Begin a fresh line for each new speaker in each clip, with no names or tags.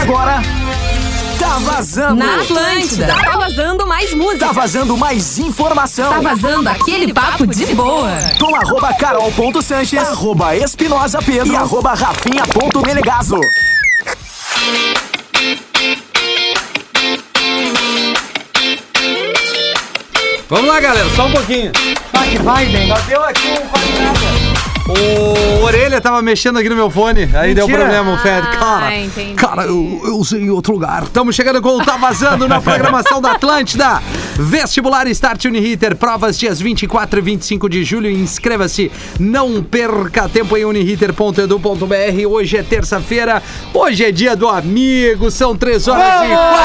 agora. Tá vazando!
Na Atlântida. Tá vazando mais música.
Tá vazando mais informação!
Tá vazando aquele papo de boa.
Com arroba carol.sanches, arroba espinosa pedro e arroba rafinha.melegazo.
Vamos lá, galera, só um pouquinho.
Vai que vai, bem.
Deu aqui um
O Orelha tava mexendo aqui no meu fone, aí deu
Mentira. Ah,
problema, o Fed. Cara,
entendi.
cara, eu, eu usei em outro lugar. Estamos chegando com o Tá Vazando na programação da Atlântida. Vestibular Start Uniriter, provas dias 24 e 25 de julho. Inscreva-se, não perca tempo em uniriter.edu.br. Hoje é terça-feira, hoje é dia do amigo, são 3 horas e 4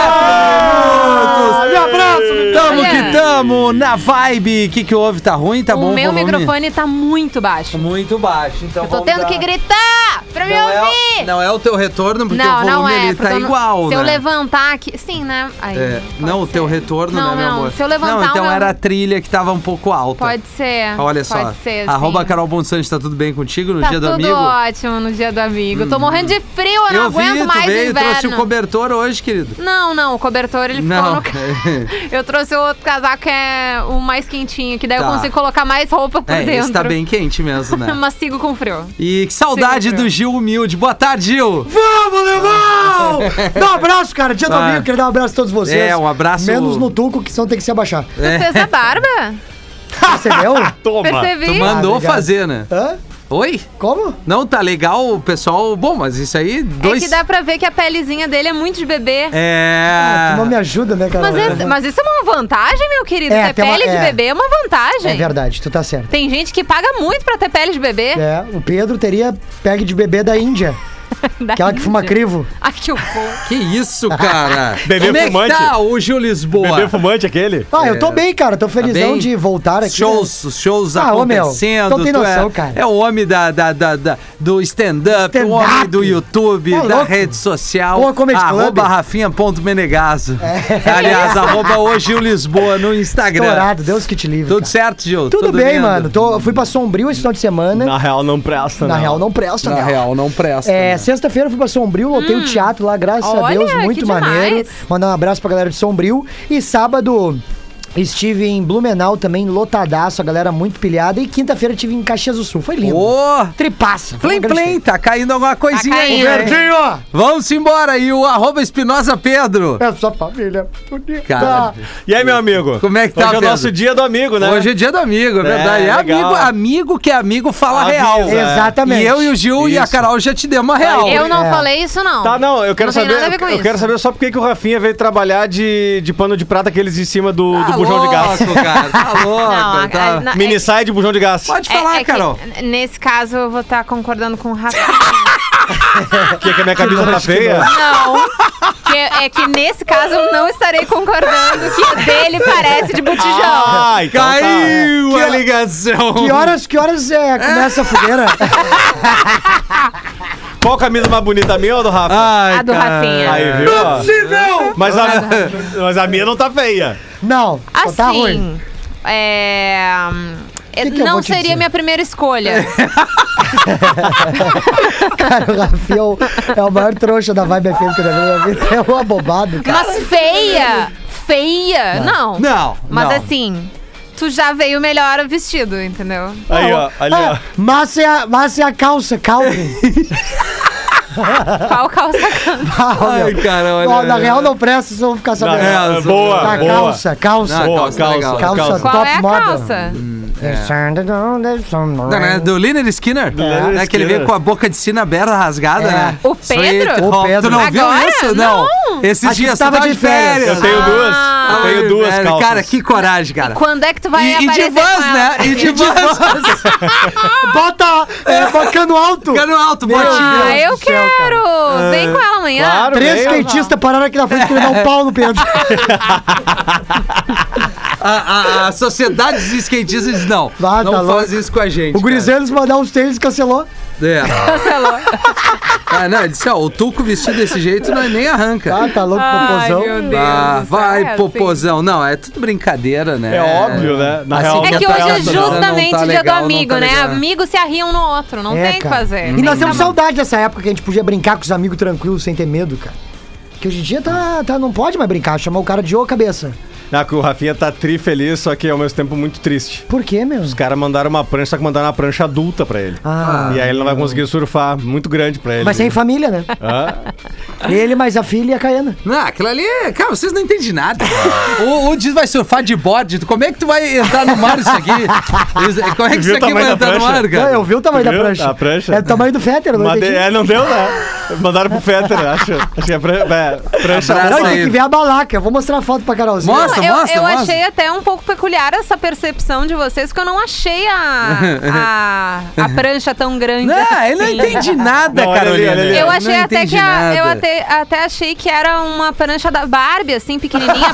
minutos. Me abraço, tamo
Olha.
que tamo, na vibe. O que, que houve? Tá ruim? Tá bom?
o meu
Vamos-
microfone tá muito baixo.
Muito baixo, então.
Eu tô
vamos
tendo
dar-
que gritar pra me
Não é,
ouvir.
o- não é o teu retorno, porque o volume ele
porque
tá
eu não-
igual,
Se eu
né?
levantar aqui... Sim, né? Aí,
É,
pode
não, o
ser.
teu retorno,
não,
né, meu
não.
amor?
Se eu levantar
Não,
o
então
meu-
era a trilha que tava um pouco alta.
Pode ser.
Olha só.
Pode ser,
Arroba
sim.
Carol Bonsante, tá tudo bem contigo no
Tá
dia do
tudo
amigo? Hum.
ótimo no dia do amigo. Tô morrendo de frio, eu não
eu vi,
aguento
tu
mais
veio,
o
trouxe o
inverno.
cobertor hoje, querido.
Não, não, o cobertor ele
Não. é,
ficou no ca- Eu trouxe o outro casaco que é o mais quentinho, que daí
Tá.
eu consigo colocar mais roupa por
É,
dentro.
esse tá bem quente mesmo, né?
Mas sigo com frio.
E que saudade
Sempre.
do Gil Humilde. Boa tarde, Gil!
Vamos, Leão! Dá um abraço, cara. Dia do
Ah.
amigo, queria dar um abraço a todos vocês.
É, um abraço-
Menos no Tuco, que senão tem que se abaixar.
É.
Tu fez a barba?
Percebeu?
Toma!
Percebi.
Tu mandou
obrigado.
fazer, né?
Hã?
Oi?
Como?
Não, tá legal, pessoal. Bom, mas isso aí,
É
dois.
que dá pra ver que a pelezinha dele é muito de bebê.
É.
Tu não me ajuda, né, cara?
Mas, esse- mas isso é uma vantagem, meu querido.
É,
ter
tem uma-
pele de
é.
bebê é uma vantagem.
É verdade, tu tá certo.
Tem gente que paga muito pra ter pele de bebê.
É, o Pedro teria pegue de bebê da Índia.
Da
É. Aquela que fuma
Índia.
crivo.
Ai, que horror.
Que isso, cara?
Bebê
Como
fumante.
É que tá o Gil Lisboa?
Bebê fumante aquele?
Ah, eu tô bem, cara. Tô felizão
É. Tá bem?
de voltar aqui. né?
Shows, os shows
Ah, ô, meu,
acontecendo.
então tem
tu
noção,
é,
cara.
é o homem da, da, da- da- do stand-up,
Stand-up.
o homem do YouTube,
Tá
da
louco.
rede social.
Ô, Comedy Club. É.
arroba rafinha.menegaso. Aliás, arroba o Gil Lisboa no Instagram.
Estourado, Deus que te livre.
Tudo
cara.
certo, Gil?
Tudo bem,
lindo?
mano. Tô, fui pra Sombrio esse final de semana.
Na real não presta,
Na real, não presta,
Na
né?
real, não presta.
É,
né?
sexta-feira eu fui pra Sombrio, lotei o teatro lá, graças a
Hum. Olha,
Deus,
que
muito
demais.
maneiro. Mandar um abraço pra galera de Sombrio. E sábado estive em Blumenau também, lotadaço, a galera muito pilhada. E quinta-feira estive em Caxias do Sul, foi lindo.
Ô,
Tripassa.
plim,
foi uma grande
plim, tá caindo alguma coisinha aí,
caindo.
hein? Vamos embora, e o arroba Espinosa Pedro.
É sua família. bonita.
Cara,
E aí, meu amigo?
Como é que tá,
Hoje é o
Pedro?
nosso dia do amigo, né?
Hoje é dia do amigo, é verdade. É
legal.
amigo, amigo que é amigo fala
Avisa.
real.
Exatamente.
E eu e o Gil e a
Isso.
Carol já te demos a real.
Eu não
É.
falei isso, não.
Tá, não, eu quero
tem
saber.
nada a ver com
eu
isso.
quero saber só por que que o Rafinha veio trabalhar de, de pano de prata aqueles de cima do,
tá Ah,
do bujão de gás.
louco, Cara, tá louco.
Não, a-
tá-
a- na-
Mini sai de bujão de gás.
Pode
É-
falar,
é que,
Carol.
Então
n- Nesse caso, eu vou estar concordando com o Rafa.
Que, que a minha camisa tá feia?
Não. Que- é que nesse caso eu não estarei concordando que o dele parece de botijão.
Ah, então tá.
Caiu a ligação.
Que horas, que horas é, começa a fogueira?
Qual camisa mais bonita, a minha ou a do Rafa?
Ai,
A do
cara. é
Rafinha.
Aí, viu? ó? Mas a,
Ah.
mas a minha não tá feia.
Não, só tá
Assim.
ruim.
É. hum,
Que que eu
não
vou te
seria
dizer?
minha primeira escolha.
Cara, o Rafinha é o, é o maior trouxa da Vibe FM que eu já vi na minha vida. É um abobado, cara.
Mas feia! Feia! Não.
Não,
Mas
não.
assim, tu já veio melhor vestido, entendeu?
Aí, ó, ali, ó.
Ah, Massa é a, massa é a calça, Calvin.
Qual calça canta?
Ah,
Ai,
meu.
cara, olha.
Ó, na real não presta, vocês vão ficar sabendo.
real,
É, boa,
Tá,
boa.
calça, calça.
Não, é.
Boa,
calça,
calça,
legal.
calça,
calça.
Qual
top
é a
model.
calça?
É.
Não, né, Do Leonard Skinner?
Leonard
Né, que ele veio
Skinner.
com a boca de sina aberta, rasgada,
É.
né?
O
Isso aí,
Pedro?
tu-
O
Tu
Pedro.
não viu
Agora?
isso? Não.
Não.
Esses
Acho que
dias
tava
tava
de férias.
Eu tenho duas.
Ah.
Eu tenho duas
Ai, velho,
calças.
é, Cara, que coragem, cara.
Quando é que tu vai
e, e
aparecer
de
com
voz,
ela
né?
pra
E
mim?
de voz.
Bota, é, bocando alto.
Fica no alto,
Meu
botinha.
Deus.
Ah, eu
do céu,
quero! Vem com ela amanhã.
claro.
Três
Meu,
skatistas pararam aqui na frente que ele dá um pau no Pedro.
A, a, a sociedade dos skatistas diz não.
Ah,
não
tá
faz
louco.
isso com a gente.
O Griselos mandar uns tênis e cancelou.
cara. É.
Cancelou.
Ah, não, ele disse, ó, o tuco vestido desse jeito não, é nem arranca.
Ah, tá louco,
Ai,
popozão.
meu Deus.
Ah,
do céu,
vai,
é assim.
popozão. Não, é tudo brincadeira, né?
É óbvio, né? Na real,
É
não
que
tá
hoje é
errado, não.
justamente
Não tá
dia do
legal, não
amigo,
tá
né?
legal.
Amigos se arriam no outro, não
É,
tem o que
cara.
fazer.
E nós temos saudade dessa época que a gente podia brincar com os amigos tranquilos sem ter medo, cara. Que hoje em dia tá, tá, não pode mais brincar, chamar o cara de ô cabeça.
Ah, que o Rafinha tá tri feliz, só que ao mesmo tempo muito triste.
Por quê, meu?
Os caras mandaram uma prancha, só que mandaram uma prancha adulta pra ele.
Ah,
e aí ele não vai conseguir surfar, muito grande pra ele.
mas sem família, né?
Ah,
Ele mais a filha e a Caiana.
Não, aquilo ali, cara, vocês não entendem nada. o, o Diz vai surfar de bode. Como é que tu vai entrar no mar isso aqui? Isso- Como é que
Viu
isso
o
aqui vai
tamanho
entrar
da
no
prancha?
mar,
Não,
cara?
É, eu vi o tamanho
Tu
da
viu
prancha.
a prancha?
É do tamanho do Fetter, não
mas de-
entendi.
é, não deu, né? Mandaram pro Fetter, acho. Acho que é, pran- é,
Abraço.
prancha adulta.
Não,
Essa
tem
aí.
que ver a balaca. Eu vou mostrar a foto pra Carolzinha.
Mostra.
eu, eu
mostra.
achei até um pouco peculiar essa percepção de vocês, porque eu não achei a, a, a prancha tão grande.
Não, eu não
assim.
entendi nada,
Não, olha ali,
Carolina.
olha ali.
Eu
Não
achei até
entendi
que a,
nada.
eu até, até achei que era uma prancha da Barbie, assim, pequenininha,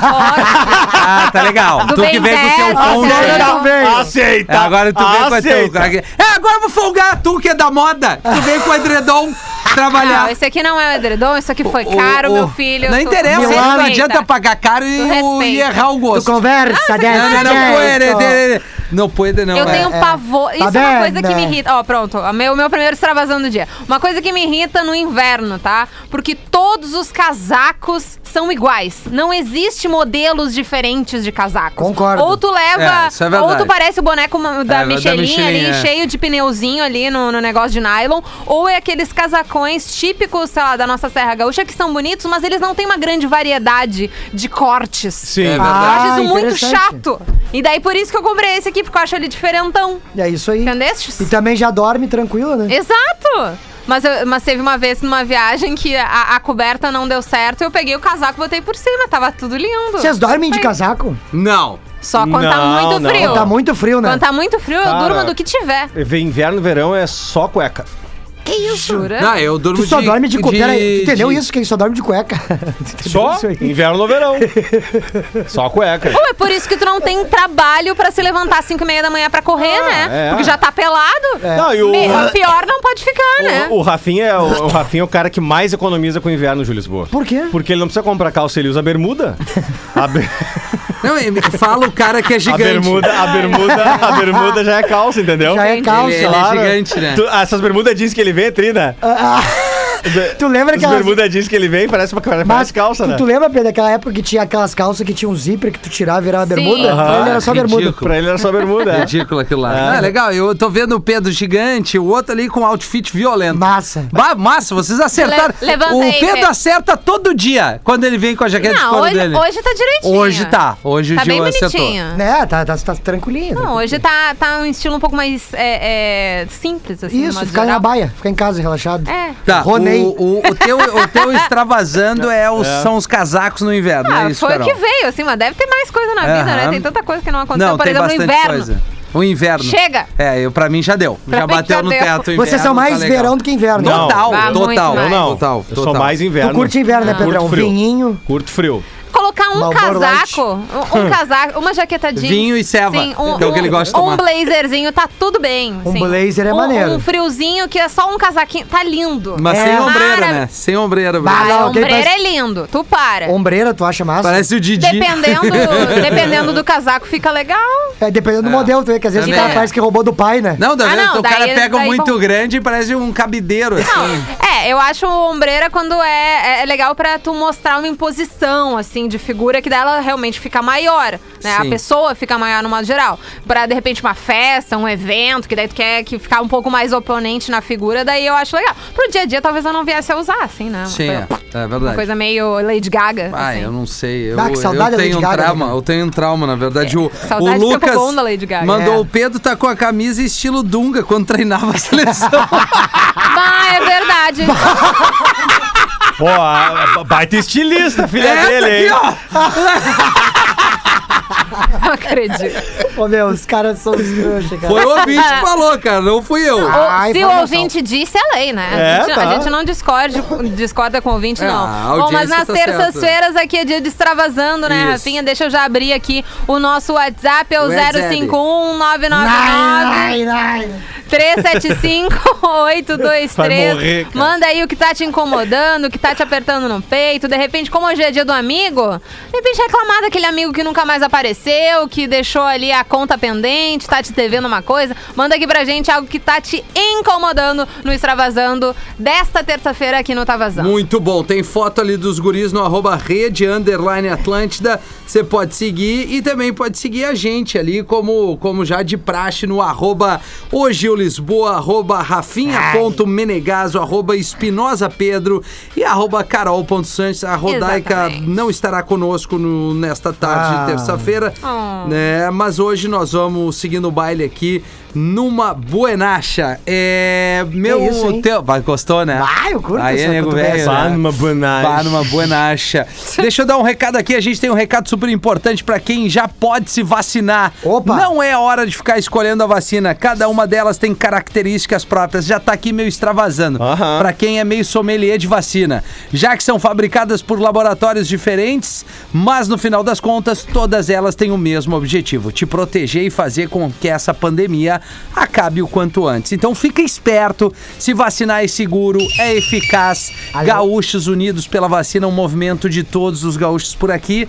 forte.
Ah, tá legal.
Do
tu que
Ben
vem com o teu
10,
fundo.
entendeu?
aí. É,
Aceita!
agora tu vem com a teu.
Aceita.
É, agora eu vou folgar, tu que é da moda. Tu vem com o edredom trabalhar.
Não, esse aqui não é o edredom, isso aqui foi
O-
caro,
o-
meu filho.
Não
tu-
interessa,
tu
não
respeita.
adianta pagar caro e,
Tu
o- e
respeita.
errar o
Tu
gosto.
conversa,
Ah, Não,
dessa,
não, não,
né?
pode,
Então,
né, não pode, não.
Eu
é.
tenho
é.
pavor. Isso é uma coisa que
vendo?
me irrita. Ó, pronto. O meu, meu primeiro extravasão do dia. Uma coisa que me irrita no inverno, tá? Porque todos os casacos são iguais. Não existe modelos diferentes de casacos.
Concordo.
Ou tu leva.
É, isso é verdade.
ou tu parece o boneco ma- da
É, da
Michelin,
Michelin,
ali,
é.
cheio de pneuzinho ali no, no negócio de nylon. Ou é aqueles casacões típicos, sei lá, da nossa Serra Gaúcha, que são bonitos, mas eles não têm uma grande variedade de cortes.
Sim.
É
Eu
verdade.
acho isso
Ah,
muito
interessante.
chato. E daí por isso que eu comprei esse aqui, porque eu acho ele diferentão.
É isso aí.
Entendeste?
E também já dorme tranquilo, né?
Exato! Mas, eu- mas teve uma vez numa viagem que a, a coberta não deu certo, eu peguei o casaco e botei por cima, tava tudo lindo.
Vocês dormem de casaco?
Não.
Só quando tá
Não,
muito
não.
frio.
Eu-
Tá muito frio, né?
Quando tá muito frio, eu
Cara.
durmo do que tiver.
Vem inverno e verão é só cueca.
Jura?
Não, eu durmo
Tu só
de...
dorme de cueca. Tu entendeu
de-
isso? Que ele só dorme de cueca. Tu entendeu
Só
isso aí?
inverno no verão. só cueca.
Ou é por isso que tu não tem trabalho pra se levantar às 5 e meia da manhã pra correr, né?
é.
Porque já tá pelado.
É.
Não, e o,
Me- pior não pode ficar, né?
o, o Rafinha é o, o Rafinha é o cara que mais economiza com o inverno de Lisboa.
Por quê?
Porque ele não precisa comprar calça, ele usa bermuda. A, be-
Não, ele- fala o cara que é
a
gigante.
bermuda, a bermuda, a bermuda já é calça, entendeu?
Ah, Já é
Entendi.
calça.
Ele, ele é
Claro.
gigante, né?
Tu- essas bermudas jeans que ele vem é tri, né?
Ah, Tu lembra
As
aquelas-
bermudas jeans que ele vem parece uma parece calça,
tu,
né?
tu lema, Pedro, daquela época que tinha aquelas calças que tinha um zíper que tu tirava e virava
Sim.
bermuda?
Aham.
Ele era só bermuda.
Ridículo.
Pra ele era só bermuda. é.
Ridículo aquilo lá. Ah, legal. Eu tô vendo o Pedro gigante, o outro ali com outfit violento.
Massa.
Bah, massa, vocês acertaram.
Le- levanta
o
aí,
Pedro
Pedro.
acerta todo dia quando ele vem com a jaqueta de
não,
couro
hoje,
dele.
hoje tá direitinho.
Hoje tá. Hoje
Tá
o Gil
bem
é
acertou.
bonitinho.
Né? Tá, tá, tá tranquilinho.
Não, hoje tá, tá um estilo um pouco mais é, é, simples, assim. no
Isso,
modo
ficar na
geral.
baia, ficar em casa relaxado.
É.
Tá,
Ronei.
o, o, o teu, o teu extravasando é os, são os casacos no inverno,
Ah,
é isso,
foi o
Carol?
que veio, assim, mas deve ter mais coisa na vida, né?
Aham.
Tem tanta coisa que não aconteceu.
Não,
Por
tem
exemplo, no
bastante
inverno.
coisa. O inverno.
Chega!
É, eu, pra mim já deu.
Pra
já
mim
bateu
já
no
deu.
teto o inverno.
Vocês são mais
tá legal.
verão do que inverno.
Não.
Total,
Ah, muito
total,
mais.
Eu não,
total,
eu
total.
sou mais inverno.
Tu curte inverno, né, Pedrão?
Curto frio.
Vinhinho.
Curto frio.
Colocar um
Marlboro
casaco, um, um casaco, uma jaqueta jeans.
Vinho e ceva,
Sim, um,
que é o que ele
um-
gosta de tomar.
Um blazerzinho, tá tudo bem.
Um
sim.
blazer é
Um-
maneiro.
Um friozinho que é só um casaquinho, tá lindo.
Mas
É.
sem ombreira,
Maravilha.
né? Sem ombreira,
Bah,
Ah,
velho.
não,
a
alguém
ombreira
parece-
é lindo, tu para.
Ombreira, tu acha massa?
Parece o Didi.
Dependendo, dependendo do casaco, fica legal.
É, dependendo do modelo também, que às vezes o
Também
cara
é.
parece que roubou do pai, né?
Não, da
Ah,
vez
não,
o cara
daí-
pega um
daí
muito
bom.
grande e parece um cabideiro, assim.
É, eu acho ombreira quando é, é legal pra tu mostrar uma imposição, assim, de figura que dela realmente fica maior, né? A
Sim.
pessoa fica maior no modo geral. Pra, de repente, uma festa, um evento, que daí tu quer que ficar um pouco mais oponente na figura, daí eu acho legal. Pro dia a dia, talvez eu não viesse a usar, assim, né? Uma
Sim,
coisa- assim.
é, é
Uma
verdade.
coisa meio Lady Gaga.
Ah,
assim.
eu não sei. Eu,
Ah, que saudade
eu
da
tenho um
Lady Gaga,
trauma.
né?
Eu tenho um trauma, na verdade. O, o
É, saudade do
Lucas
Campo Bom da Lady Gaga.
mandou
É.
o Pedro tá com a camisa estilo Dunga quando treinava a seleção.
Ah, é verdade.
Pô, a- a- baita estilista, filha
Essa
É dele, hein?
aqui, ó.
não acredito.
Ô, meu, os caras são os trouxas, cara.
Foi o ouvinte que falou, cara. Não fui eu.
O-
Ah,
se o
informação.
ouvinte disse, é lei, né?
É,
a, gente, a
tá.
gente não discorde, discorda com o ouvinte,
É, a
não. Bom,
audiência
mas nas
tá
terças-feiras aqui é dia de extravasando, né,
Isso.
Rafinha? Deixa eu já abrir aqui o nosso WhatsApp, é o
WhatsApp.
051
Vai
375-823.
morrer, cara.
Manda aí o que tá te incomodando, o que tá te apertando no peito. De repente, como hoje é dia do amigo, de repente reclamar daquele amigo que nunca mais apareceu, que deixou ali a conta pendente, tá te devendo uma coisa, manda aqui pra gente algo que tá te incomodando no Extravasando desta terça-feira aqui no Tá Vazando.
Muito bom. Tem foto ali dos guris no arroba rede underline Atlântida. Você pode seguir e também pode seguir a gente ali, como, como já de praxe, no arroba hoje o Lisboa, arroba rafinha.menegaso, arroba espinosa pedro e arroba carol.sanches. A Rodaica
Exatamente.
não estará conosco no- nesta tarde
Ah.
de terça-feira,
Oh.
né? Mas hoje nós vamos seguindo o baile aqui numa buenacha. É... Meu...
isso, hein?
teu... Vai, Gostou, né?
Ah, eu curto
Aí,
essa
nego
cotovela.
velho,
Bah,
né?
numa buenacha.
Bah, numa buenacha. Deixa eu dar um recado aqui. A gente tem um recado super importante pra quem já pode se vacinar.
Opa!
Não é hora de ficar escolhendo a vacina. Cada uma delas tem características próprias. Já tá aqui meio extravasando.
Aham.
Pra quem é meio sommelier de vacina. Já que são fabricadas por laboratórios diferentes, mas no final das contas, todas elas têm o mesmo objetivo: te proteger e fazer com que essa pandemia acabe o quanto antes. Então fica esperto, se vacinar é seguro, é eficaz.
Alô?
Gaúchos Unidos pela Vacina, um movimento de todos os gaúchos por aqui.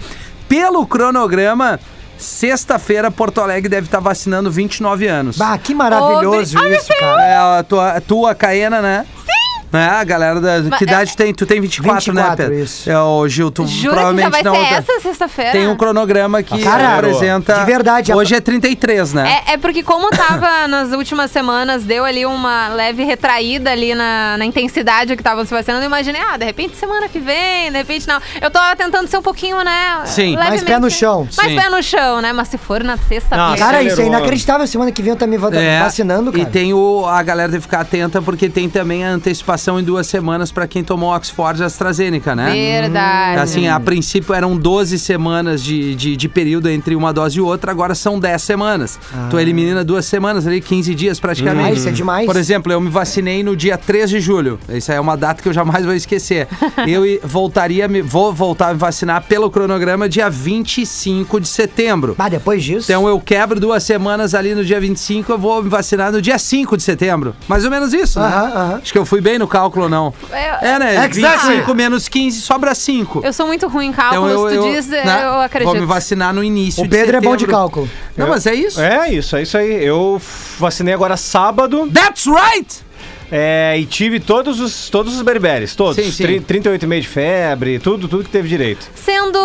Pelo cronograma. Sexta-feira, Porto Alegre deve estar vacinando 29 anos.
Bah, que maravilhoso
Ô, Bri- Ai,
isso, cara.
É, a tua, a tua Caena, né? Sim! É, a galera da.
Mas
que
é-
idade tem? Tu tem 24, né,
24,
Pedro?
isso.
É, ô, Gil, tu
Jura que já
provavelmente
vai ser
não. tá-
essa né? sexta-feira?
Tem um cronograma que
Cara,
apresenta.
de verdade, a-
Hoje é 33, né?
É, é porque como tava nas últimas semanas, deu ali uma leve retraída ali na, na intensidade que estavam se vacinando, eu imaginei, ah, de repente semana que vem, de repente não. Eu tô tentando ser um pouquinho, né?
Sim.
Mais
levemente-
pé no chão.
Mais
Sim.
pé no chão, né? Mas se for na
Ah,
sexta-feira...
Cara, isso é
Acelerou.
inacreditável. Semana que vem eu também vou
É,
Tá vacinando, cara.
E tem o. A galera tem que ficar atenta, porque tem também a antecipação em duas semanas pra quem tomou Oxford e AstraZeneca, né?
é Verdade.
Assim, a princípio eram 12 semanas de, de, de período entre uma dose e outra, agora são 10 semanas. Tu elimina duas semanas ali, 15 dias praticamente.
Ah, isso é demais.
Por exemplo, eu me vacinei no dia 3 de julho. Isso aí é uma data que eu jamais vou esquecer. eu e- voltaria, a me, vou voltar a me vacinar pelo cronograma dia 25 de setembro.
Bah, depois disso.
Então eu quebro duas semanas ali no dia 25, eu vou me vacinar no dia 5 de setembro. Mais ou menos isso, né?
Aham, aham.
Acho que eu fui bem no cálculo, não.
É-
É, né?
Exactly.
25 menos 15 sobra 5.
Eu sou muito ruim em cálculos, tu diz,
Então,
é,
né,
eu acredito.
Vou me vacinar no início
O
de
Pedro é bom de
setembro.
cálculo.
Não, mas é isso.
É isso, é isso aí. Eu vacinei agora sábado
That's right!
é, e tive todos os, todos os berberes, todos.
Sim, sim.
Tri- 38,5 de febre, tudo, tudo que teve direito.
Sendo,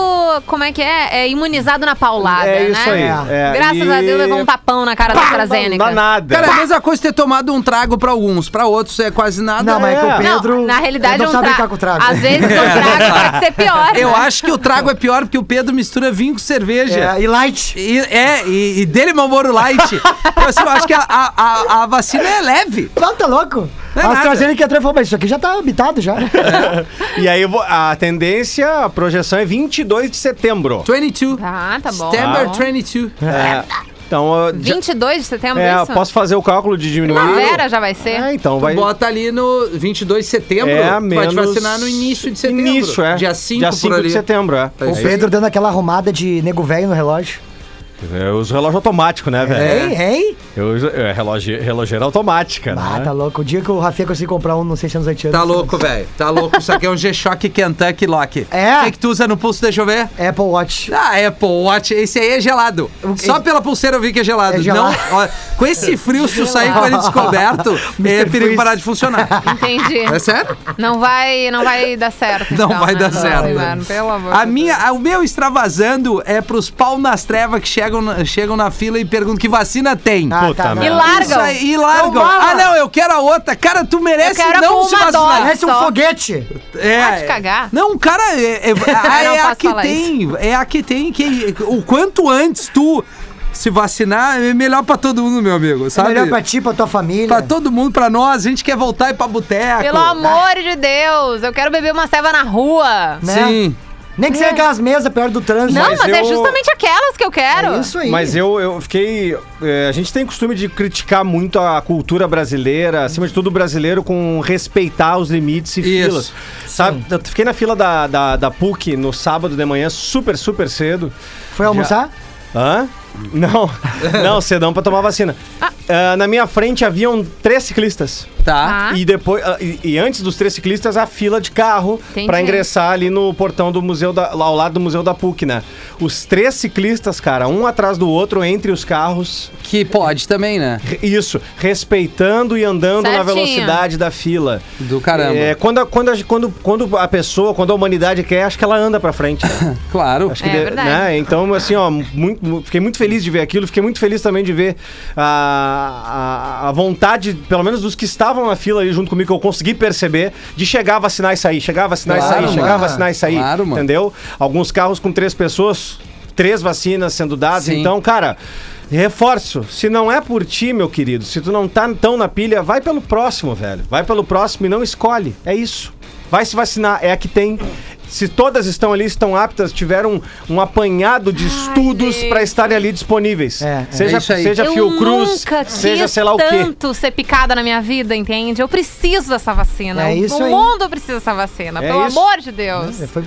como é que é? É imunizado na paulada,
é isso
né?
aí.
É.
é,
Graças
e-
a Deus levou um tapão na cara da AstraZeneca.
Não dá nada.
Cara, é a mesma coisa ter tomado um trago pra alguns, pra outros é quase nada.
Não, mas é que o
É.
Não,
Pedro.
na realidade,
não
é um
sabe
tra-
brincar com o trago.
Às vezes o trago pode ser pior.
Eu
né?
acho que o trago é pior porque o Pedro mistura vinho com cerveja.
É, e light.
E, é, e, e dele mau humor o light. eu assim, eu acho que a, a, a- a vacina é leve.
Não, tá louco?
Não é
A
nada.
AstraZeneca entrou e falou, mas isso aqui já tá habitado já.
E aí eu vou- a tendência, a projeção é 22 de setembro.
22.
Tá, tá bom.
September 22.
É, então, eu, já-
22 de setembro,
é,
isso?
posso fazer o cálculo de diminuir?
Primavera já vai ser.
É, então vai.
Bota ali no 22 de setembro.
É,
tu
menos...
Pode vacinar no início de setembro.
Início, é.
Dia 5
Dia
por
5
ali.
de setembro, é.
É
O
isso.
Pedro dando aquela arrumada de nego velho no relógio.
É os relógios automáticos, né, velho?
É.
Hein, hein?
Eu uso- É. Relógio, relogeira automática,
Ah,
né?
tá louco. O dia que o Rafinha conseguir comprar um, não sei se anos 8 anos.
Tá louco, velho. Tá louco. Isso aqui é um G-Shock Kentucky Lock.
É?
O que, que tu usa no pulso? Deixa eu ver.
Apple Watch.
Ah, Apple Watch. Esse aí é gelado. Só pela pulseira eu vi que é gelado.
É gelado.
Não, ó, com esse frio, se tu sair com ele descoberto, é
Mr.
perigo
Freeze.
parar de funcionar.
Entendi.
É sério?
Não vai, não vai dar certo.
Não
então,
vai
né?
dar
Não,
certo.
Eduardo, pelo amor
A
de
minha, a- o meu extravasando é pros pau nas trevas que chegam na, chegam na fila e perguntam que vacina tem.
Ah,
Puta
tá, não.
merda.
Deus. E
Isso
largam.
aí, e largam.
Não, bala.
ah, não, eu quero a outra. Cara, tu merece
Eu quero
não
com
se
uma
vacinar.
dose.
Parece um
Só.
foguete.
É,
Pode cagar.
Não, o cara é, é- a-
Não
é a
posso
que
falar
tem, é a que tem que o quanto antes tu se vacinar é melhor pra todo mundo, meu amigo, sabe?
É Melhor pra né? ti, pra tua família.
Pra todo mundo, pra nós, a gente quer voltar e ir pra boteco. Ah,
Pelo amor de Deus, eu quero beber uma ceva na rua.
né?
Sim.
Nem que seja aquelas mesas perto do trânsito.
Não,
Mas
mas, é
eu-
justamente aquelas que eu quero.
É isso aí.
Mas eu, eu fiquei. é, a gente tem costume de criticar muito a cultura brasileira, acima de tudo o brasileiro, com respeitar os limites e
Isso.
filas. Sabe? Eu fiquei na fila da, da, da PUC no sábado de manhã, super, super cedo.
Foi almoçar?
Hã? Não, não, cedão pra tomar vacina. Ah, na minha frente haviam três ciclistas.
Tá.
Ah.
E depois ah, e, e antes dos três ciclistas, a fila de carro
Entendi.
pra ingressar ali no portão do museu da, lá ao lado do museu da PUC, né? Os três ciclistas, cara, um atrás do outro entre os carros,
Que pode também, né?
re- isso, respeitando e andando na
Certinho.
velocidade da fila.
Do caramba.
É, quando, a, quando, a, quando, quando a pessoa, quando a humanidade quer, acho que ela anda pra frente. né?
Claro.
Acho que
É
de-
verdade.
né? Então, assim, ó, muito- mu- fiquei muito feliz de ver aquilo, fiquei muito feliz também de ver a, a, a vontade, pelo menos dos que estavam na fila ali junto comigo, que eu consegui perceber, de chegar, vacinar e sair, chegar, vacinar
Claro,
e sair,
mano.
chegar, vacinar e sair.
Claro, mano.
entendeu? Alguns carros com três pessoas, três vacinas sendo dadas.
Sim.
Então, cara. Reforço, se não é por ti, meu querido, se tu não tá tão na pilha, vai pelo próximo, velho. Vai pelo próximo e não escolhe. É isso. Vai se vacinar, é a que tem. Se todas estão ali, estão aptas, tiveram um, um apanhado de estudos
gente.
pra estarem ali disponíveis.
É, é.
seja
É isso aí.
seja
eu
Fiocruz,
nunca quis
seja sei lá o quê.
tanto ser picada na minha vida, entende? Eu preciso dessa vacina.
É
O-
isso
o
aí. É
mundo precisa dessa vacina,
É
pelo
isso.
amor de Deus.
Foi-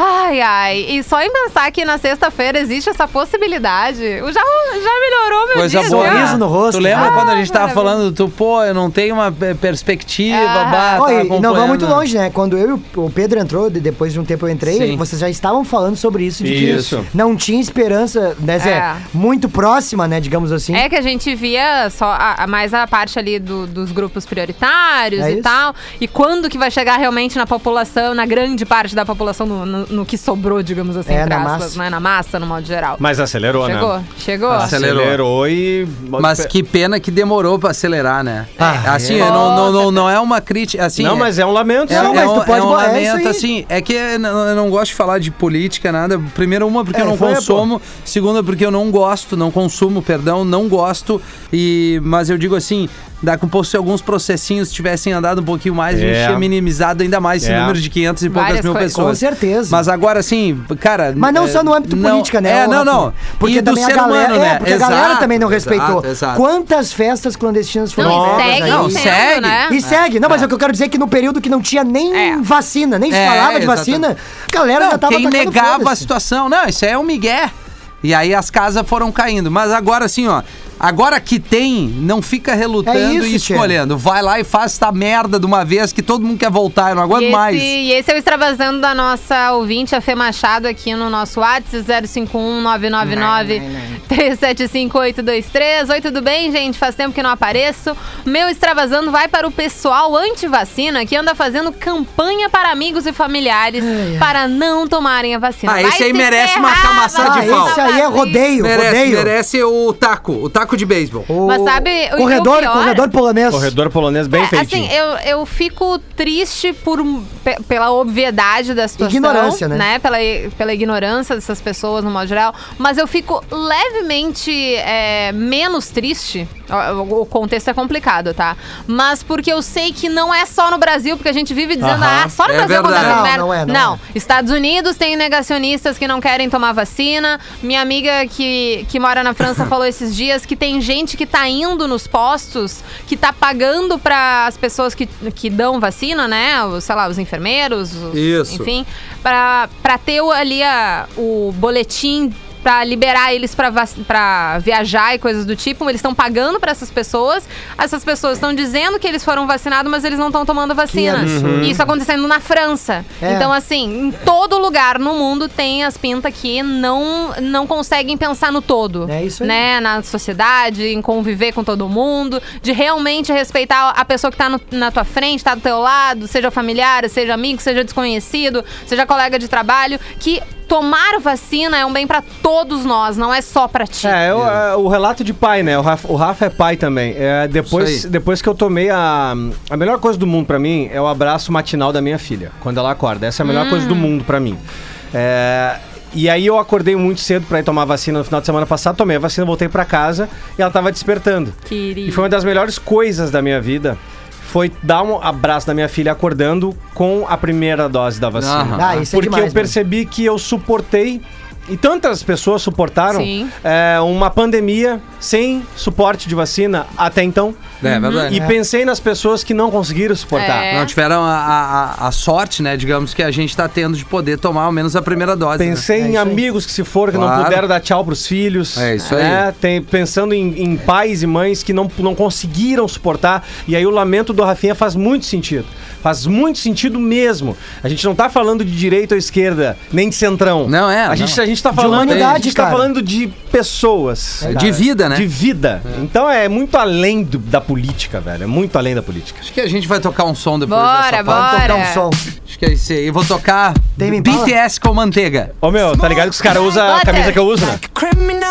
Ai, ai. E só em pensar que na sexta-feira existe essa possibilidade. Eu já, já melhorou meu
Coisa
dia.
boa.
já.
né?
Sorriso no
Tu
rosto.
lembra
Ah,
quando a gente tava
maravilha.
falando, tu, pô, eu não tenho uma eh, perspectiva,
Ah.
bah,
Ó,
tava
e não
acompanhando.
vamos muito longe, né? Quando eu e o- o Pedro entrou, de- depois de um tempo eu entrei,
Sim.
vocês já estavam falando sobre isso, de
Isso.
que não tinha esperança, né, Zé?
É.
Muito próxima, né, digamos assim.
É que a gente via só a- a- mais a parte ali do- dos grupos prioritários
É
e
isso.
tal. E quando que vai chegar realmente na população, na grande parte da população, no, no- no que sobrou, digamos assim,
É,
entre
na
aspas,
massa.
né? Na massa, no modo geral.
Mas acelerou,
chegou,
né?
chegou.
Acelerou.
e.
Mas que pena que demorou pra acelerar, né?
Ah,
assim,
é.
não, não, não, não é uma crítica. Assim,
não, mas é um lamento.
É,
Não,
é
mas
um,
tu pode
é um
bolar isso
lamento,
aí.
assim, é que eu não- eu não gosto de falar de política, nada. Primeiro, uma, porque
É,
eu não
foi,
consumo. Segunda, porque eu não gosto, não consumo, perdão, não gosto. E, mas eu digo assim, dá com pouco se alguns processinhos tivessem andado um pouquinho mais, a gente
É.
tinha minimizado ainda mais esse
É.
número de 500 e poucas
Várias
mil
coisas.
pessoas.
Com certeza.
Mas agora, assim, cara...
Mas não
é,
só no âmbito
não-
política, né?
É,
ô,
não, não.
Rafinha? Porque
E do
também a
ser
galera,
humano,
é,
né?
porque a galera
Exato,
também não
exato,
respeitou.
exato.
Quantas festas clandestinas foram
Não, e
Nossa,
segue,
não,
sendo,
segue.
né?
E é um segue. Não, mas o que eu quero dizer é que no período que não tinha nem
É.
vacina, nem se
É,
falava de
exatamente.
vacina, a galera
Não,
já tava
quem
tacando
negava a
foda-se.
situação. Não, isso aí é um migué. E aí as casas foram caindo. Mas agora assim, ó. Agora que tem, não fica relutando
É isso,
e escolhendo. Vai lá e faz essa merda de uma vez que todo mundo quer voltar. Eu não aguento
E
mais.
Esse, e esse é o extravasando da nossa ouvinte, a Fê Machado, aqui no nosso WhatsApp, 051 999 375823. Oi, tudo bem, gente? Faz tempo que não apareço. Meu extravasando vai para o pessoal anti-vacina que anda fazendo campanha para amigos e familiares para não tomarem a vacina.
Ah,
Vai
esse aí
se
merece uma
ferrar,
camaçada
vai
Ah,
de
tomar
pau.
esse aí é
vacina.
rodeio,
merece,
rodeio.
merece o taco, o taco de beisebol.
O
Mas sabe, o-
corredor,
o pior-
corredor polonês.
Corredor polonês bem
É,
feitinho.
Assim, eu, eu fico triste por, um- pe- pela obviedade da situação.
Ignorância, né?
Pela, i- pela ignorância dessas pessoas, no modo geral. Mas eu fico levemente é, menos triste. O- O, o contexto é complicado, tá? Mas porque eu sei que não é só no Brasil, porque a gente vive dizendo,
Aham,
ah, só no
é
Brasil
verdade.
acontece
Não,
merda.
não é, não é.
Estados Unidos tem negacionistas que não querem tomar vacina. Minha amiga que, que mora na França falou esses dias que tem gente que tá indo nos postos, que tá pagando para as pessoas que, que dão vacina, né? Os, sei lá, os enfermeiros, os-
Isso.
enfim, pra pra ter o- ali a, o boletim pra liberar eles pra vac- pra viajar e coisas do tipo. Eles estão pagando pra essas pessoas. Essas pessoas estão dizendo que eles foram vacinados, mas eles não estão tomando a vacina.
absurdo.
E isso acontecendo na França.
É.
Então, assim, em todo lugar no mundo tem as pintas que não, não conseguem pensar no todo.
É isso aí.
Né? Na sociedade, em conviver com todo mundo, de realmente respeitar a pessoa que tá no- na tua frente, tá do teu lado, seja familiar, seja amigo, seja desconhecido, seja colega de trabalho, que tomar vacina é um bem pra todos nós, não é só pra ti.
É, eu, é, o relato de pai, né? O Rafa, o Rafa é pai também. É, depois,
Isso aí.
depois que eu tomei a. A melhor coisa do mundo pra mim é o abraço matinal da minha filha, quando ela acorda. Essa é a melhor coisa do mundo pra mim. É, e aí eu acordei muito cedo pra ir tomar a vacina no final de semana passado, tomei a vacina, voltei pra casa e ela tava despertando.
Querido.
E foi uma das melhores coisas da minha vida. Foi dar um abraço da minha filha acordando com a primeira dose da vacina.
Aham.
Ah, isso é
Porque
demais,
eu percebi que eu suportei e tantas pessoas suportaram
Sim.
é, uma pandemia sem suporte de vacina até então.
É, verdade.
Uhum.
E pensei nas pessoas que não conseguiram suportar.
É.
Não tiveram a, a- a sorte, né, digamos, que a gente tá tendo de poder tomar ao menos a primeira dose. né?
Pensei em amigos que se foram, que
Claro.
não puderam dar tchau pros filhos.
É isso aí.
né? Tem- pensando em, em pais e mães que não, não conseguiram suportar. E aí o lamento do Rafinha faz muito sentido. Faz muito sentido mesmo. A gente não tá falando de direita ou esquerda, nem de centrão.
Não, é,
A,
não.
Gente, a gente tá falando. a
humanidade,
gente tá
cara.
falando de pessoas.
É, de vida, né?
De vida. Então é muito além do- da política, velho. É muito além da política.
Acho que a gente vai tocar um som depois
Bora,
dessa parte.
bora.
Tocar um som.
Acho que é isso aí. Eu vou tocar
Tame Impala?
BTS com manteiga.
Ô meu, tá ligado que os caras usam a
Butter.
camisa que eu uso, né?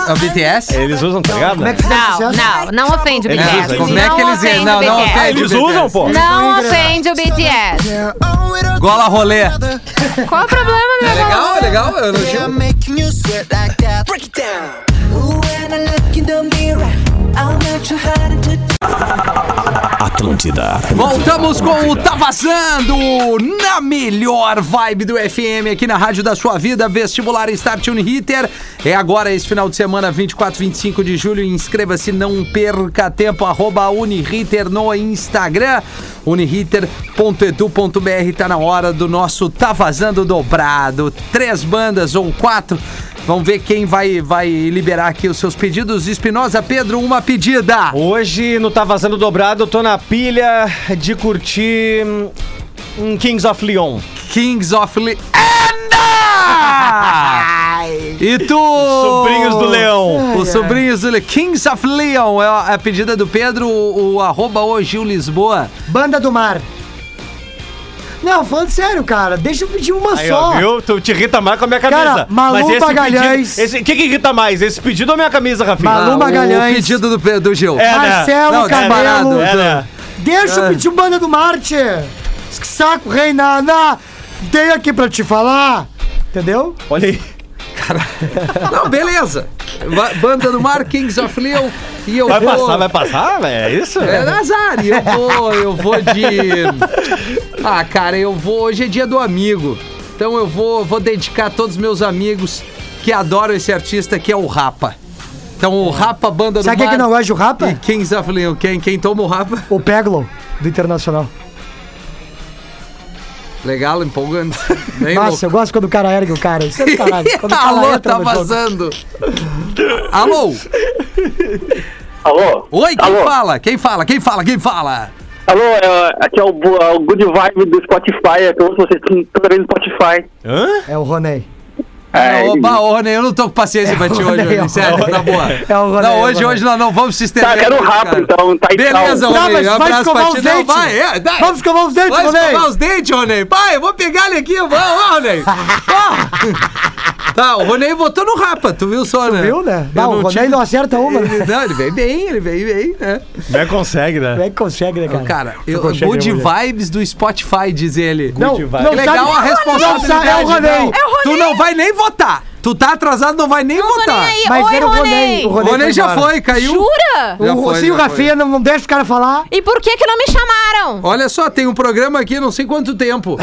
É o BTS?
Eles usam, tá ligado?
Como é
né?
que fizeram
Não,
sucesso?
não, não ofende o
Eles
BTS.
usam.
Como é que eles-
ofende
não,
o
não
BTS.
ofende.
Eles usam, pô.
Não ofende o BTS.
Gola rolê.
Qual o problema, meu
É
irmão?
legal, é legal. Eu não
Yeah,
digo.
making you sweat like that. Break it down. Ooh, when I look in the mirror, I'll not you hard to
Atlântida.
Voltamos com o Tá Vazando na melhor vibe do FM aqui na Rádio da Sua Vida, vestibular Start Hitter. É agora esse final de semana, 24, 25 de julho. Inscreva-se, não perca tempo. Arroba Uniriter no Instagram, uniriter.edu.br. Tá na hora do nosso Tá Vazando dobrado. Três bandas ou quatro. Vamos ver quem vai, vai liberar aqui os seus pedidos. Espinosa Pedro, uma pedida.
Hoje no Tá Vazando Dobrado, eu tô na pilha de curtir hum, um Kings of Leon.
Kings of Leanda! E tu?
Oh.
Sobrinhos do Leão.
Os sobrinhos do Leão. Kings of Leon é a- a pedida do Pedro, o, o arroba hoje o Lisboa.
Banda do Mar. Não, falando sério, cara, deixa eu pedir uma
Aí,
só.
ó, viu? Tu te irrita mais com a minha camisa.
Cara, Malu Magalhães.
pedido- esse- O que que irrita mais? Esse pedido ou a minha camisa, Rafinha?
Malu
Ah,
Magalhães.
O pedido do, Pe- do Gil.
É, né?
Marcelo
Não,
Camelo.
disparado.
É, né?
Deixa
Ah.
eu pedir o Banda do Marte. Que saco, Reinana. Tem aqui pra te falar. Entendeu?
Olha aí.
Não, beleza. Va- Banda do Mar, Kings of Leon. E eu
Vai
vou.
passar, vai passar, velho? É isso?
É azar. E eu vou, eu vou de. Ah, cara, eu vou. Hoje é dia do amigo. Então eu vou, vou dedicar a todos os meus amigos que adoram esse artista, que é o Rapa. Então o Rapa Banda do
Sabe quem é que
Mar
não gosta de o Rapa?
E quem, Zaf Leão, quem, quem toma o Rapa?
O Peglo, do Internacional.
Legal, empolgante. Bem
Nossa, eu
louco.
gosto quando o cara ergue o cara. Isso é do caralho. Quando o cara
Alô,
entra
tá
no jogo.
vazando. Alô?
Alô?
Oi, quem
Alô?
fala? Quem fala? Quem fala? Quem fala?
Alô, é, aqui é o, Bu- é o Good Vibe do Spotify, é todos vocês que estão vendo no Spotify.
Hã?
É o Roney.
É,
Ô,
e-
Baone, eu não tô com paciência pra ti hoje,
Ronei, é
Rony,
o
sério,
Ronei.
na tá boa.
É o Ronei, é
Não,
o
hoje,
Ronei.
hoje nós não vamos se estender.
Tá, quero
muito,
rapa,
cara.
então, tá, então.
Beleza,
Tá,
Ronei, Um
mas vai
abraço
escovar
pra
os
ti. Não,
dentes.
vai, é, dá.
Vamos escovar os dentes,
Vai escovar
Roney.
os dentes, Ronei. Pai, eu vou pegar ele aqui, vamos, Ronei. Ó. Tá, o Ronei botou no rapa, tu viu só, né?
Viu, né?
Eu
Não, o
tive-
Roney não acerta uma. né?
Ele- Não, ele veio bem, ele veio bem, né?
Como é que consegue,
Como
né?
é que consegue, né,
Cara,
cara?
eu,
consegue,
good
mulher.
vibes do Spotify, diz ele.
né? não,
de
não
vai.
sabe,
Legal a
Não sabe,
responsabilidade. né?
é o Roney.
não. Tu não vai nem votar. Tu tá atrasado, não vai nem
Não é tô
votar.
nem aí.
Mas
Oi,
era o
Ronei.
Roney. O
O
Roney,
Ronei já foi, caiu.
Jura?
Já
O,
foi,
sim,
já
o
foi.
Rafinha não, não deixa o cara falar.
E por que que não me chamaram?
Olha só, tem um programa aqui, não sei quanto tempo.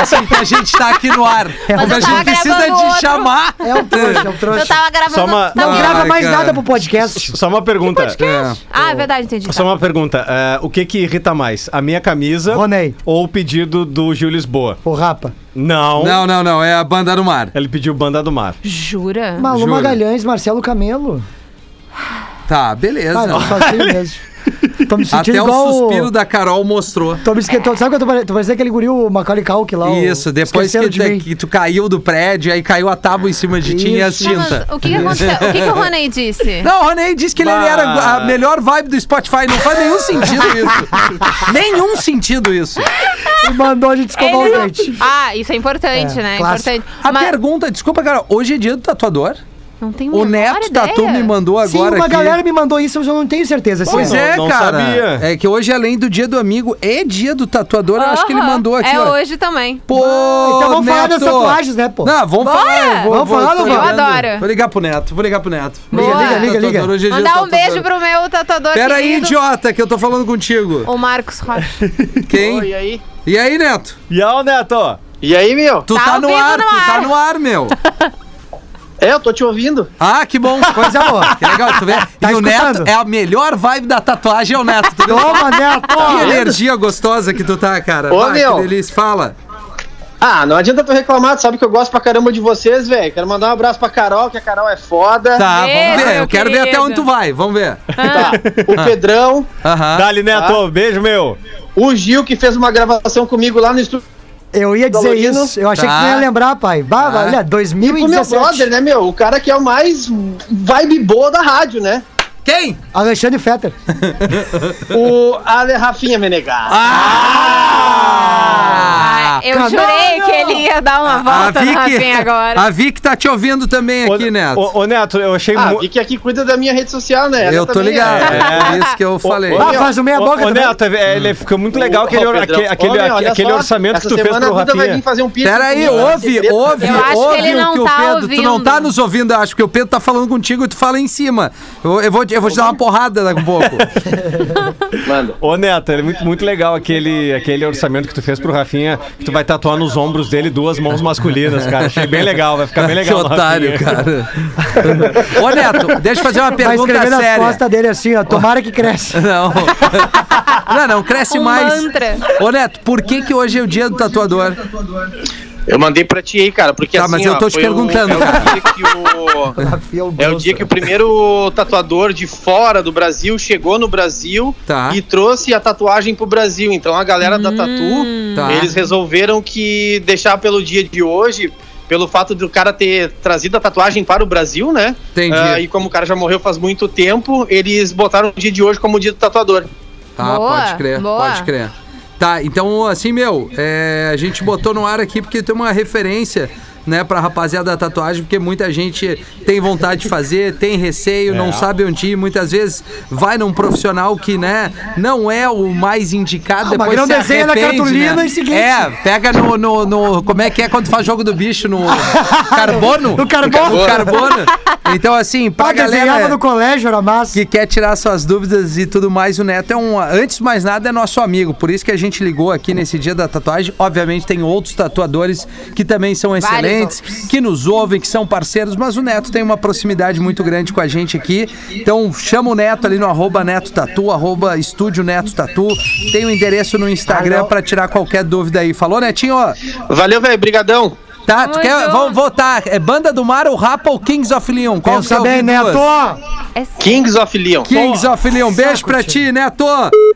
Assim que a gente tá aqui no ar. Como a
eu
gente
tava
precisa
gravando
de
outro.
chamar.
É um trouxa, é um
Eu
trouxa.
tava gravando...
Só uma- tá-
Tá
Não
bom.
Ah,
grava mais
cara.
nada pro podcast.
Só uma
Tá
pergunta.
É.
Ah, é verdade, entendi.
Só uma pergunta. é, o que que irrita mais? A minha camisa
Ronei.
ou o pedido do Gil Lisboa?
Ô, Rapa.
Não.
Não, não, não. É a banda do mar.
Ele pediu Banda do Mar.
Jura?
Malu
Jura?
Magalhães, Marcelo Camelo.
Tá,
Ah,
beleza.
não, só assim mesmo. Tô me
Até
sentindo igual...
o suspiro da Carol mostrou.
Tô me esquentando. Sabe quando eu pare- tu parecia aquele guri, o Macaulay Culkin lá? o-
Isso, depois que,
Esqueceram de mim.
te- que tu caiu do prédio, aí caiu a tábua em cima de ti e as
Isso.
Não, mas
tintas.
o que que aconteceu? O que que o Ronei disse?
Não, o Ronei disse que ele
Bah.
era a melhor vibe do Spotify. Não faz nenhum sentido isso. nenhum sentido isso.
E mandou a gente escovar os
Ele-
dentes.
Ah, isso é importante,
É,
né? É
clássico.
Importante.
A
Mas
pergunta, desculpa, cara, hoje é dia do tatuador?
não
Hum,
tem
O Neto Tatu me mandou
Sim,
agora
uma
aqui.
galera me mandou isso, mas eu não tenho certeza.
Pois
assim, ó.
é,
não
cara.
sabia.
É que hoje, além do dia do amigo, é dia do tatuador. Eu acho que ele mandou aqui,
É
ó.
hoje também.
Pô,
Então vamos falar das
Neto.
tatuagens, né, pô?
Não, vamos
Bora!
falar. eu
Vamos falar,
tô
Lu? Eu
ligando.
adoro.
Vou ligar pro Neto, vou ligar pro Neto.
Liga,
Vou ligar pro
liga, liga,
tatuador,
liga.
hoje é dia do
Mandar um
tatuador.
beijo pro meu tatuador
Pera aí,
querido,
idiota, que eu tô falando contigo.
o Marcos Rocha.
Quem?
Oi, e aí?
E aí, Neto?
E aí, Neto?
E aí, meu?
Tu
Tá
tá,
ao
no
vivo
ar,
no
tu tá
ar.
no ar, meu.
É, eu tô te ouvindo.
Ah, que bom.
Coisa boa.
Que legal, tu vê?
Tá
e o
escutando?
Neto, é a melhor vibe da tatuagem, é o Neto. Tu viu?
Toma,
que
Neto!
energia gostosa que tu tá, cara.
Ô,
Bah,
meu.
Que delícia. Fala.
Ah, não adianta tu reclamar, tu sabe que eu gosto pra caramba de vocês, velho. Quero mandar um abraço pra Carol, que a Carol é foda.
Tá,
Beijo,
vamos ver. Eu
meu
quero ver até
querido. Ah.
onde tu vai. Vamos ver. Ah.
Tá, O Pedrão,
Aham.
Dali, Neto,
Ah,
beijo, meu.
o Gil, que fez uma gravação comigo lá no estúdio.
Eu ia dizer
Dolorido.
isso. Eu achei
Tá.
que tu ia lembrar, pai. Bah,
Tá.
Olha,
E com meu
2017.
brother, né, meu? O cara que é o mais vibe boa da rádio, né?
Quem?
Alexandre Fetter.
O Ale Rafinha Menegar.
Ah!
Ah, eu jurei que ele ia dar
Ah,
uma volta no Rafinha agora.
a Vic tá te ouvindo também aqui, Neto.
Ô, ô, Neto, eu achei
Ah,
mu-
vi que aqui cuida da minha rede social, né? Ela
eu tô
também é.
ligado. É. por isso que eu falei.
Tá
Ah, faz o meia
Ô,
boca
ô,
também. Hum.
Neto, é, ele ficou muito legal
Ô,
aquele, or-
Pedrão.
aque- aquele,
Ô, meu, olha
aquele
só,
orçamento que tu
essa
fez
semana
pro
a Duda vai
Rafinha.
vir fazer um piercing
Pera aí,
comigo, ela vai
ouve,
ter treta,
ouve,
Eu acho que
ouve
ele
o
não
que o
tá
Pedro. Tu não
ouvindo.
tá nos ouvindo, eu acho, porque o Pedro tá falando contigo e tu fala em cima. Eu, eu vou, te- eu vou te dar uma porrada daqui a pouco.
Manda.
Ô Neto, é muito, muito legal aquele, aquele orçamento que tu fez pro Rafinha, que tu vai tatuar nos ombros dele duas mãos masculinas, cara. Achei bem legal, vai ficar bem legal.
que
no
otário,
Rafinha.
cara. Ô, Neto, deixa eu fazer uma
Vai
pergunta
escrever nas
séria.
costas dele assim, ó. Tomara que cresce.
Não. não, não, cresce
Um
mais.
mantra.
Ô, Neto, por que, que hoje é o dia do tatuador?
Eu mandei pra ti aí, cara, porque
Tá,
assim,
mas eu
ó,
tô te
foi o-
perguntando,
é o
cara.
dia que o-
Rafael
É o
Grosso.
dia que o primeiro tatuador de fora do Brasil chegou no Brasil
Tá.
e trouxe a tatuagem pro Brasil. Então a galera da Tatu,
Tá.
eles resolveram que deixar pelo dia de hoje, pelo fato do cara ter trazido a tatuagem para o Brasil, né?
Entendi.
Ah, e como o cara já morreu faz muito tempo, eles botaram o dia de hoje como o dia do tatuador.
Tá,
Boa,
pode crer,
boa.
pode crer. Tá, então assim, meu, é, a gente botou no ar aqui porque tem uma referência, né, pra rapaziada da tatuagem, porque muita gente tem vontade de fazer, tem receio,
É.
não sabe onde ir, muitas vezes vai num profissional que, né, não é o mais indicado,
mas
depois
não
se
Ah, desenha na
arrepende,
cartolina
né?
e seguinte.
É, pega no, no, no- como é que é quando faz jogo do bicho, no carbono?
No carbono.
No carbono. Então assim, pra
Pá, desenhava
galera
no colégio, era massa.
que quer tirar suas dúvidas e tudo mais, o Neto é um. Antes de mais nada, é nosso amigo. Por isso que a gente ligou aqui nesse dia da tatuagem. Obviamente, tem outros tatuadores que também são excelentes, que nos ouvem, que são parceiros, mas o Neto tem uma proximidade muito grande com a gente aqui. Então, chama o Neto ali no arroba Neto Tatu, arroba Estúdio Neto Tatu. Tem o endereço no Instagram pra tirar qualquer dúvida aí. Falou, Netinho?
Valeu, velho, brigadão.
Tá, tu
Tamo
quer.
junto.
Vamos votar. É Banda do Mar ou Rapa ou Kings of Leon? Qual
Pensa
que é o
bem,
dos
Neto.
dois?
É sério.
Kings of Leon.
Kings of Leon, beijo pra ti, Neto.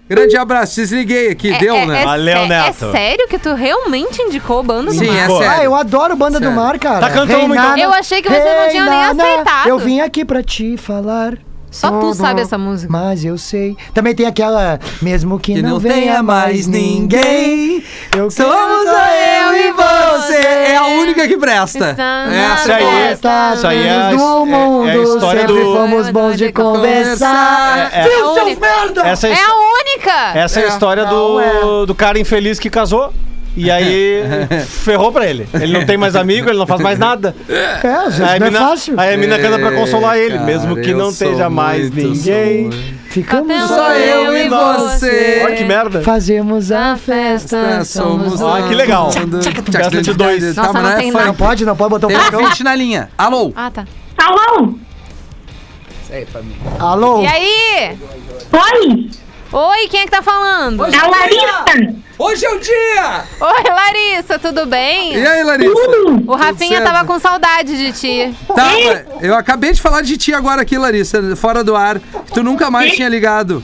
Grande abraço, desliguei aqui,
É-
deu,
é-
né?
é
Valeu,
sé-
Neto.
É sério que tu realmente indicou o bando do
Sim,
Mar?
é
Pô.
Ah,
sério.
eu adoro Banda
Sério.
do Mar, cara.
Tá cantando uma, então.
Eu achei que você não tinha nem
Reinana,
aceitado.
Eu vim aqui pra te falar.
Só tu sabe essa música.
Mas eu sei. Também tem aquela. Mesmo que,
Que
não, venha mais ninguém. Eu
Somos
quero-
eu e você. É a única que presta.
Estamos
Essa
aí.
é.
Estados
Isso aí é a-
do
é- é a
mundo,
história
sempre
do-
fomos bons de conversar.
É, é-
Viu,
a
seus
única.
merda?
Essa é, a
É
his-
a única!
essa é a
É,
história do,
não
do cara infeliz que casou. E aí, ferrou pra ele. Ele não tem mais amigo, ele não faz mais nada.
É, às vezes
Aí a
não é
mina-
fácil.
Aí a mina canta pra consolar
É,
ele,
Cara,
mesmo que
eu
não
sou
esteja mais
muito,
ninguém.
sou muito.
Ficamos
Até
Só eu e você.
Olha que merda.
Fazemos a
Na
festa.
festa
Somos
somos
Ah,
um.
que legal.
Mundo-
Festa de dois.
Tá, mas
Nossa,
não
não
é
tem
funk.
nada.
Não pode, não pode botar um
Tem
facão.
ouvinte na linha. Alô?
Ah, tá.
Alô?
Alô?
E aí?
Oi?
Oi, quem é que tá falando? Oi,
A Larissa?
Hoje é o dia!
Larissa, tudo bem?
E aí, Larissa?
O Rafinha
certo.
tava com saudade de ti.
Tá, mas eu acabei de falar de ti agora aqui, Larissa, fora do ar. que Tu nunca mais tinha ligado.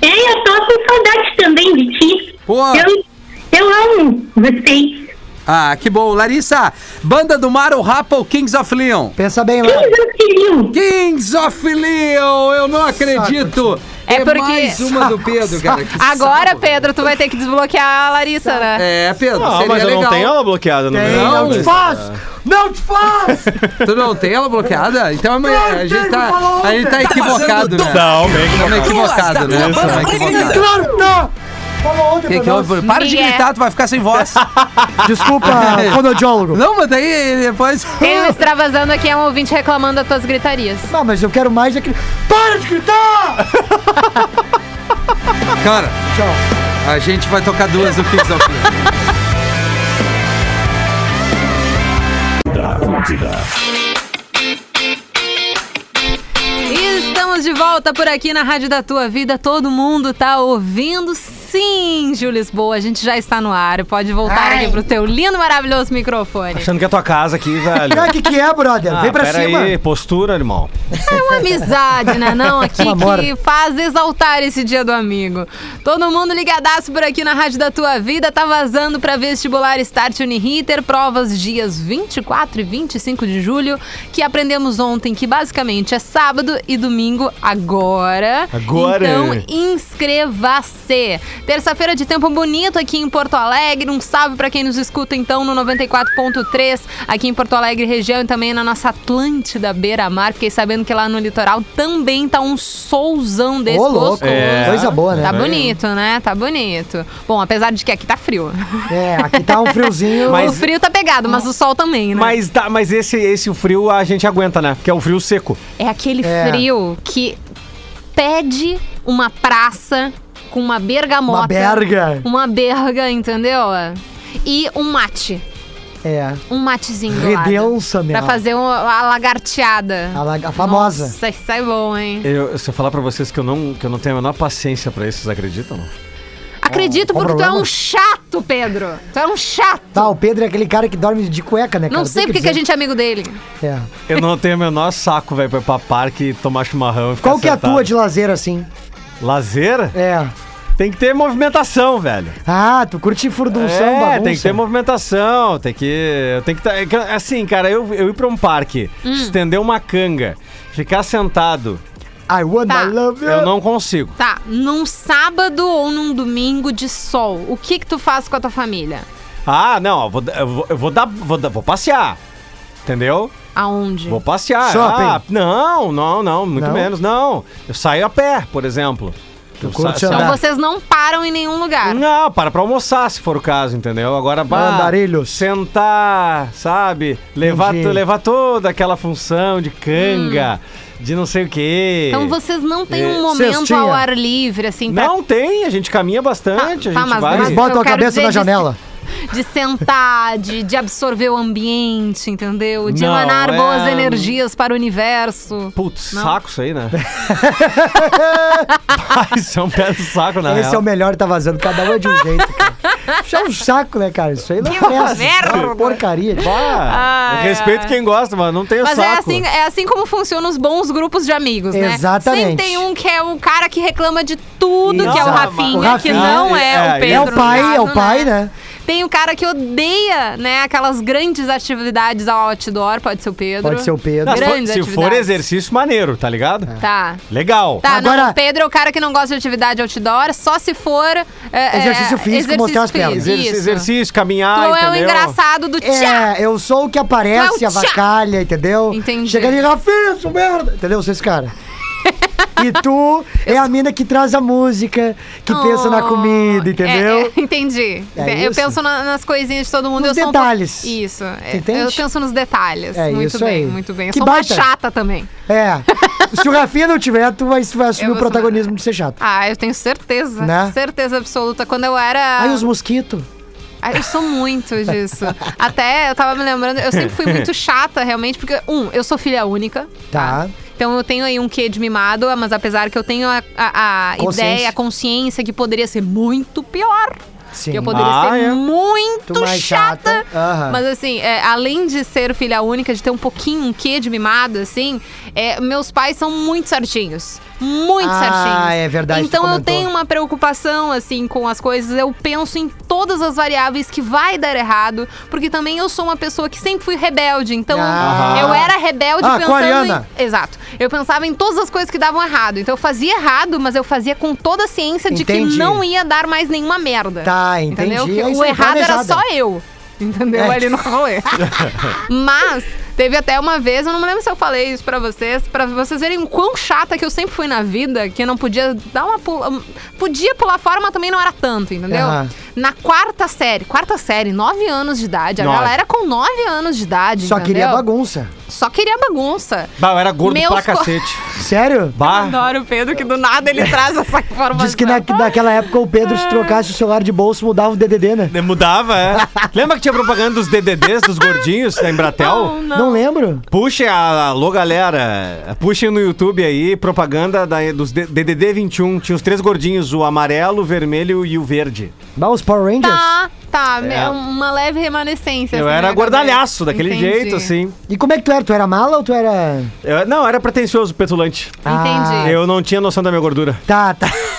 É, eu tô com saudade também de ti.
Pô.
Eu, eu amo vocês.
Ah, que bom. Larissa, Banda do Mar, o Rapa ou Kings of Leon?
Pensa bem lá.
Quem desafio?
Kings of Leon, eu não acredito.
É porque-
mais uma do Pedro, cara. que
Agora,
saco.
Pedro, tu vai ter que desbloquear a Larissa, né?
É, Pedro,
Não,
seria
mas eu
legal.
não tenho ela bloqueada no meu.
Não,
Não te
mas-
faz! Não te faz!
Tu não tem ela bloqueada? Então amanhã a gente tá, a gente tá equivocado, né?
Não, bem que
Estamos equivocados, né?
Isso,
Estamos
vai
equivocados.
Claro que tá! Falou ontem
Que que
é
pra nós.
houve? Para de
Miguel.
gritar, tu vai ficar sem voz.
Desculpa, fonoaudiólogo.
Não, mas daí depois...
Tem um extravasando aqui, é um ouvinte reclamando das tuas gritarias.
Não, mas eu quero mais aquele. Para de gritar!
Cara, a gente vai tocar duas do Kings of Leon.
de volta por aqui na Rádio da Tua Vida. Todo mundo tá ouvindo? Sim, Gil Lisboa. A gente já está no ar. Pode voltar aqui pro teu lindo, maravilhoso microfone.
Achando que é tua casa aqui, velho.
Não, o que, que é, brother?
Ah,
Vem pra
pera
cima.
aí, postura, irmão.
É uma amizade, né? Não, aqui
Um amor.
que faz exaltar esse dia do amigo. Todo mundo ligadaço por aqui na Rádio da Tua Vida. Tá vazando pra vestibular Start Uniriter. Provas dias 24 e 25 de julho. Que aprendemos ontem que basicamente é sábado e domingo agora.
Agora.
Então inscreva-se. Terça-feira de tempo bonito aqui em Porto Alegre. Um salve pra quem nos escuta então no 94.3 aqui em Porto Alegre região e também na nossa Atlântida beira-mar. Fiquei sabendo que lá no litoral também tá um solzão desse
Ô, louco.
gostoso.
É.
Coisa boa, né?
Tá bonito, né? Tá bonito. Bom, apesar de que aqui tá frio.
É, aqui tá um friozinho.
o frio tá pegado, mas o sol também, né?
Mas, tá, mas esse, esse frio a gente aguenta, né? Porque é um frio seco.
É aquele
É.
frio que pede uma praça com uma bergamota.
Uma berga.
Uma berga, entendeu? E um mate.
É.
Um matezinho do lado.
Redença, meu.
Pra fazer um- a lagarteada.
A, la- a famosa.
Nossa, isso é bom, hein?
Eu, se eu falar pra vocês que eu não, que eu não tenho a menor paciência pra isso, vocês acreditam?
Acredito,
qual
porque tu é
problema?
um chato, Pedro. Tu é um chato.
Tá, o Pedro é aquele cara que dorme de cueca, né, cara?
Não sei
Tem
porque que a
dizer.
gente é amigo dele.
É.
Eu não tenho o menor saco, velho, pra ir pra parque e tomar chimarrão e ficar
Qual que é a
sentado.
tua de lazer, assim?
Lazer?
É.
Tem que ter movimentação, velho.
Ah, tu curte furdunção,
é,
bagunça.
tem que ter movimentação, tem que... Tem que tá- é que, assim, cara, eu, eu ir pra um parque, estender uma canga, ficar sentado,
I wanna
Tá.
love you.
eu não consigo.
Tá, num sábado ou num domingo de sol, o que que tu faz com a tua família?
Ah, não, eu vou, eu vou, eu vou dar, vou, dar- vou passear, entendeu?
Aonde?
Vou passear.
Shopping.
Ah, não, não, não, muito
Não?
menos, não. Eu saio a pé, por exemplo. Eu
curte
sa-
Então
andar.
vocês não param em nenhum lugar.
Não, para pra almoçar, se for o caso, entendeu? Agora, bah,
Mandarilhos.
sentar, sabe? Levar,
Entendi.
levar toda aquela função de canga, de não sei o quê.
Hum. Então vocês não têm
É,
um momento
cestinha.
ao ar livre, assim, pra...
Não tem, a gente caminha bastante, a
Tá,
gente
mas-
vai...
Eles
mas-
botam
Eu
a
quero
cabeça
dizer
na
de-
janela.
de sentar, de, de absorver o ambiente, entendeu? De
Não,
emanar
é-
um
boas energias para o universo.
Putz,
Não.
saco isso aí, né? Ai, isso é um pé do saco, na
Esse é o
real.
melhor, tá vazando. Cada um é de um jeito, cara. Isso é um saco, né, cara? Isso aí não
Que
presta.
merda.
Isso é uma Porcaria.
Ah,
Ah,
eu respeito
é.
quem gosta, mas não tenho
Mas
saco.
é assim, é assim como funcionam os bons grupos de amigos, né?
Exatamente.
Sempre tem um que é o cara que reclama de tudo, que é o
Exato.
Rafinha,
O Rafinha,
que não
é,
é, o Pedro.
É o
no
pai, é o
caso,
pai, né?
Tem o cara que odeia, né, aquelas grandes atividades ao outdoor, pode ser o Pedro.
Pode ser o Pedro.
Não, se, for,
Grandes
se for
atividades.
exercício, maneiro, tá ligado?
É.
Tá.
Legal.
Tá,
Agora-
não, o Pedro é o cara que não gosta de atividade outdoor, só se for... é, é,
Exercício físico, mostrar as pernas.
físico,
Exercício,
isso.
exercício, caminhar,
Tu é o
entendeu?
engraçado do tchau.
É, eu sou o que aparece,
Não,
a
tchau.
vacalha, entendeu?
Entendi.
Chega ali, Rafinha, sou merda. Entendeu? Você é esse cara. E tu é a mina que traz a música, que pensa na
Oh,
comida,
é,
entendeu?
é, entendi.
É
eu
isso.
penso na- nas coisinhas de todo mundo.
Nos
eu sou um
detalhes.
pouco- isso. é,
entende?
Eu penso nos detalhes.
É
muito
isso
bem,
aí.
muito bem. Eu
Que
sou uma
baita.
chata também.
É. Se o Rafinha não tiver, tu vai, tu vai assumir
Eu
o
vou assumir.
protagonismo de ser chato.
Ah, eu tenho certeza.
Né?
Certeza absoluta. Quando eu era.
Aí os mosquitos.
Ah, Eu sou muito disso. Até eu tava me lembrando, eu sempre fui muito chata, realmente, porque, um, eu sou filha única.
Tá.
Então eu tenho aí um quê de mimado, mas apesar que eu tenho a, a- a
Consciência.
ideia, a consciência que poderia ser muito pior.
Sim.
Que eu poderia
Ah,
ser
é?
muito
Tu mais
chata.
chata. Aham.
Mas assim, é, além de ser filha única, de ter um pouquinho um quê de mimado, assim, é, meus pais são muito certinhos. Muito
Ah,
certinhos.
é verdade, tu
Então eu
comentou.
tenho uma preocupação, assim, com as coisas. Eu penso em todas as variáveis que vai dar errado. Porque também eu sou uma pessoa que sempre fui rebelde. Então
Ah.
eu era rebelde
Ah,
pensando
aquariana.
em. Exato. Eu pensava em todas as coisas que davam errado. Então eu fazia errado, mas eu fazia com toda a ciência de que
Entendi.
não ia dar mais nenhuma merda.
Tá, entendi.
Entendeu? Que
Aí
o
você é
errado era
planejada.
só eu. Entendeu? Ali no rolê. Mas teve até uma vez, eu não me lembro se eu falei isso pra vocês, pra vocês verem o quão chata que eu sempre um, fui na vida, que eu não podia dar uma pula. Podia pular fora, mas também não era tanto, entendeu?
Aham.
na quarta série. Quarta série, nove anos de idade. A
Nove.
galera com nove anos de idade.
Só queria
entendeu?
bagunça.
Só queria bagunça.
Bah, eu era gordo
Meus
pra
co-
cacete.
Sério?
Bah.
Adoro o Pedro, que do nada ele traz essa informação.
Diz que na, naquela época o Pedro se trocasse o celular de bolso, mudava o DDD, né?
Mudava, é. Lembra que tinha propaganda dos DDDs, dos gordinhos, da Embratel?
Não, lembro.
Puxem a, alô, galera. Puxem no YouTube aí, propaganda da, dos D- DDD 21. Tinha os três gordinhos, o amarelo, o vermelho e o verde.
Bah, os Power Rangers.
Tá, tá. é Uma leve remanescência.
Eu
assim,
era
na minha cabeça.
gordalhaço, daquele
Entendi.
jeito, assim.
E como é que tu era? Tu era mala ou tu era.
Eu- não, era pretensioso, petulante.
Entendi.
Ah, Eu não tinha noção da minha gordura.
Tá, tá.
Ah,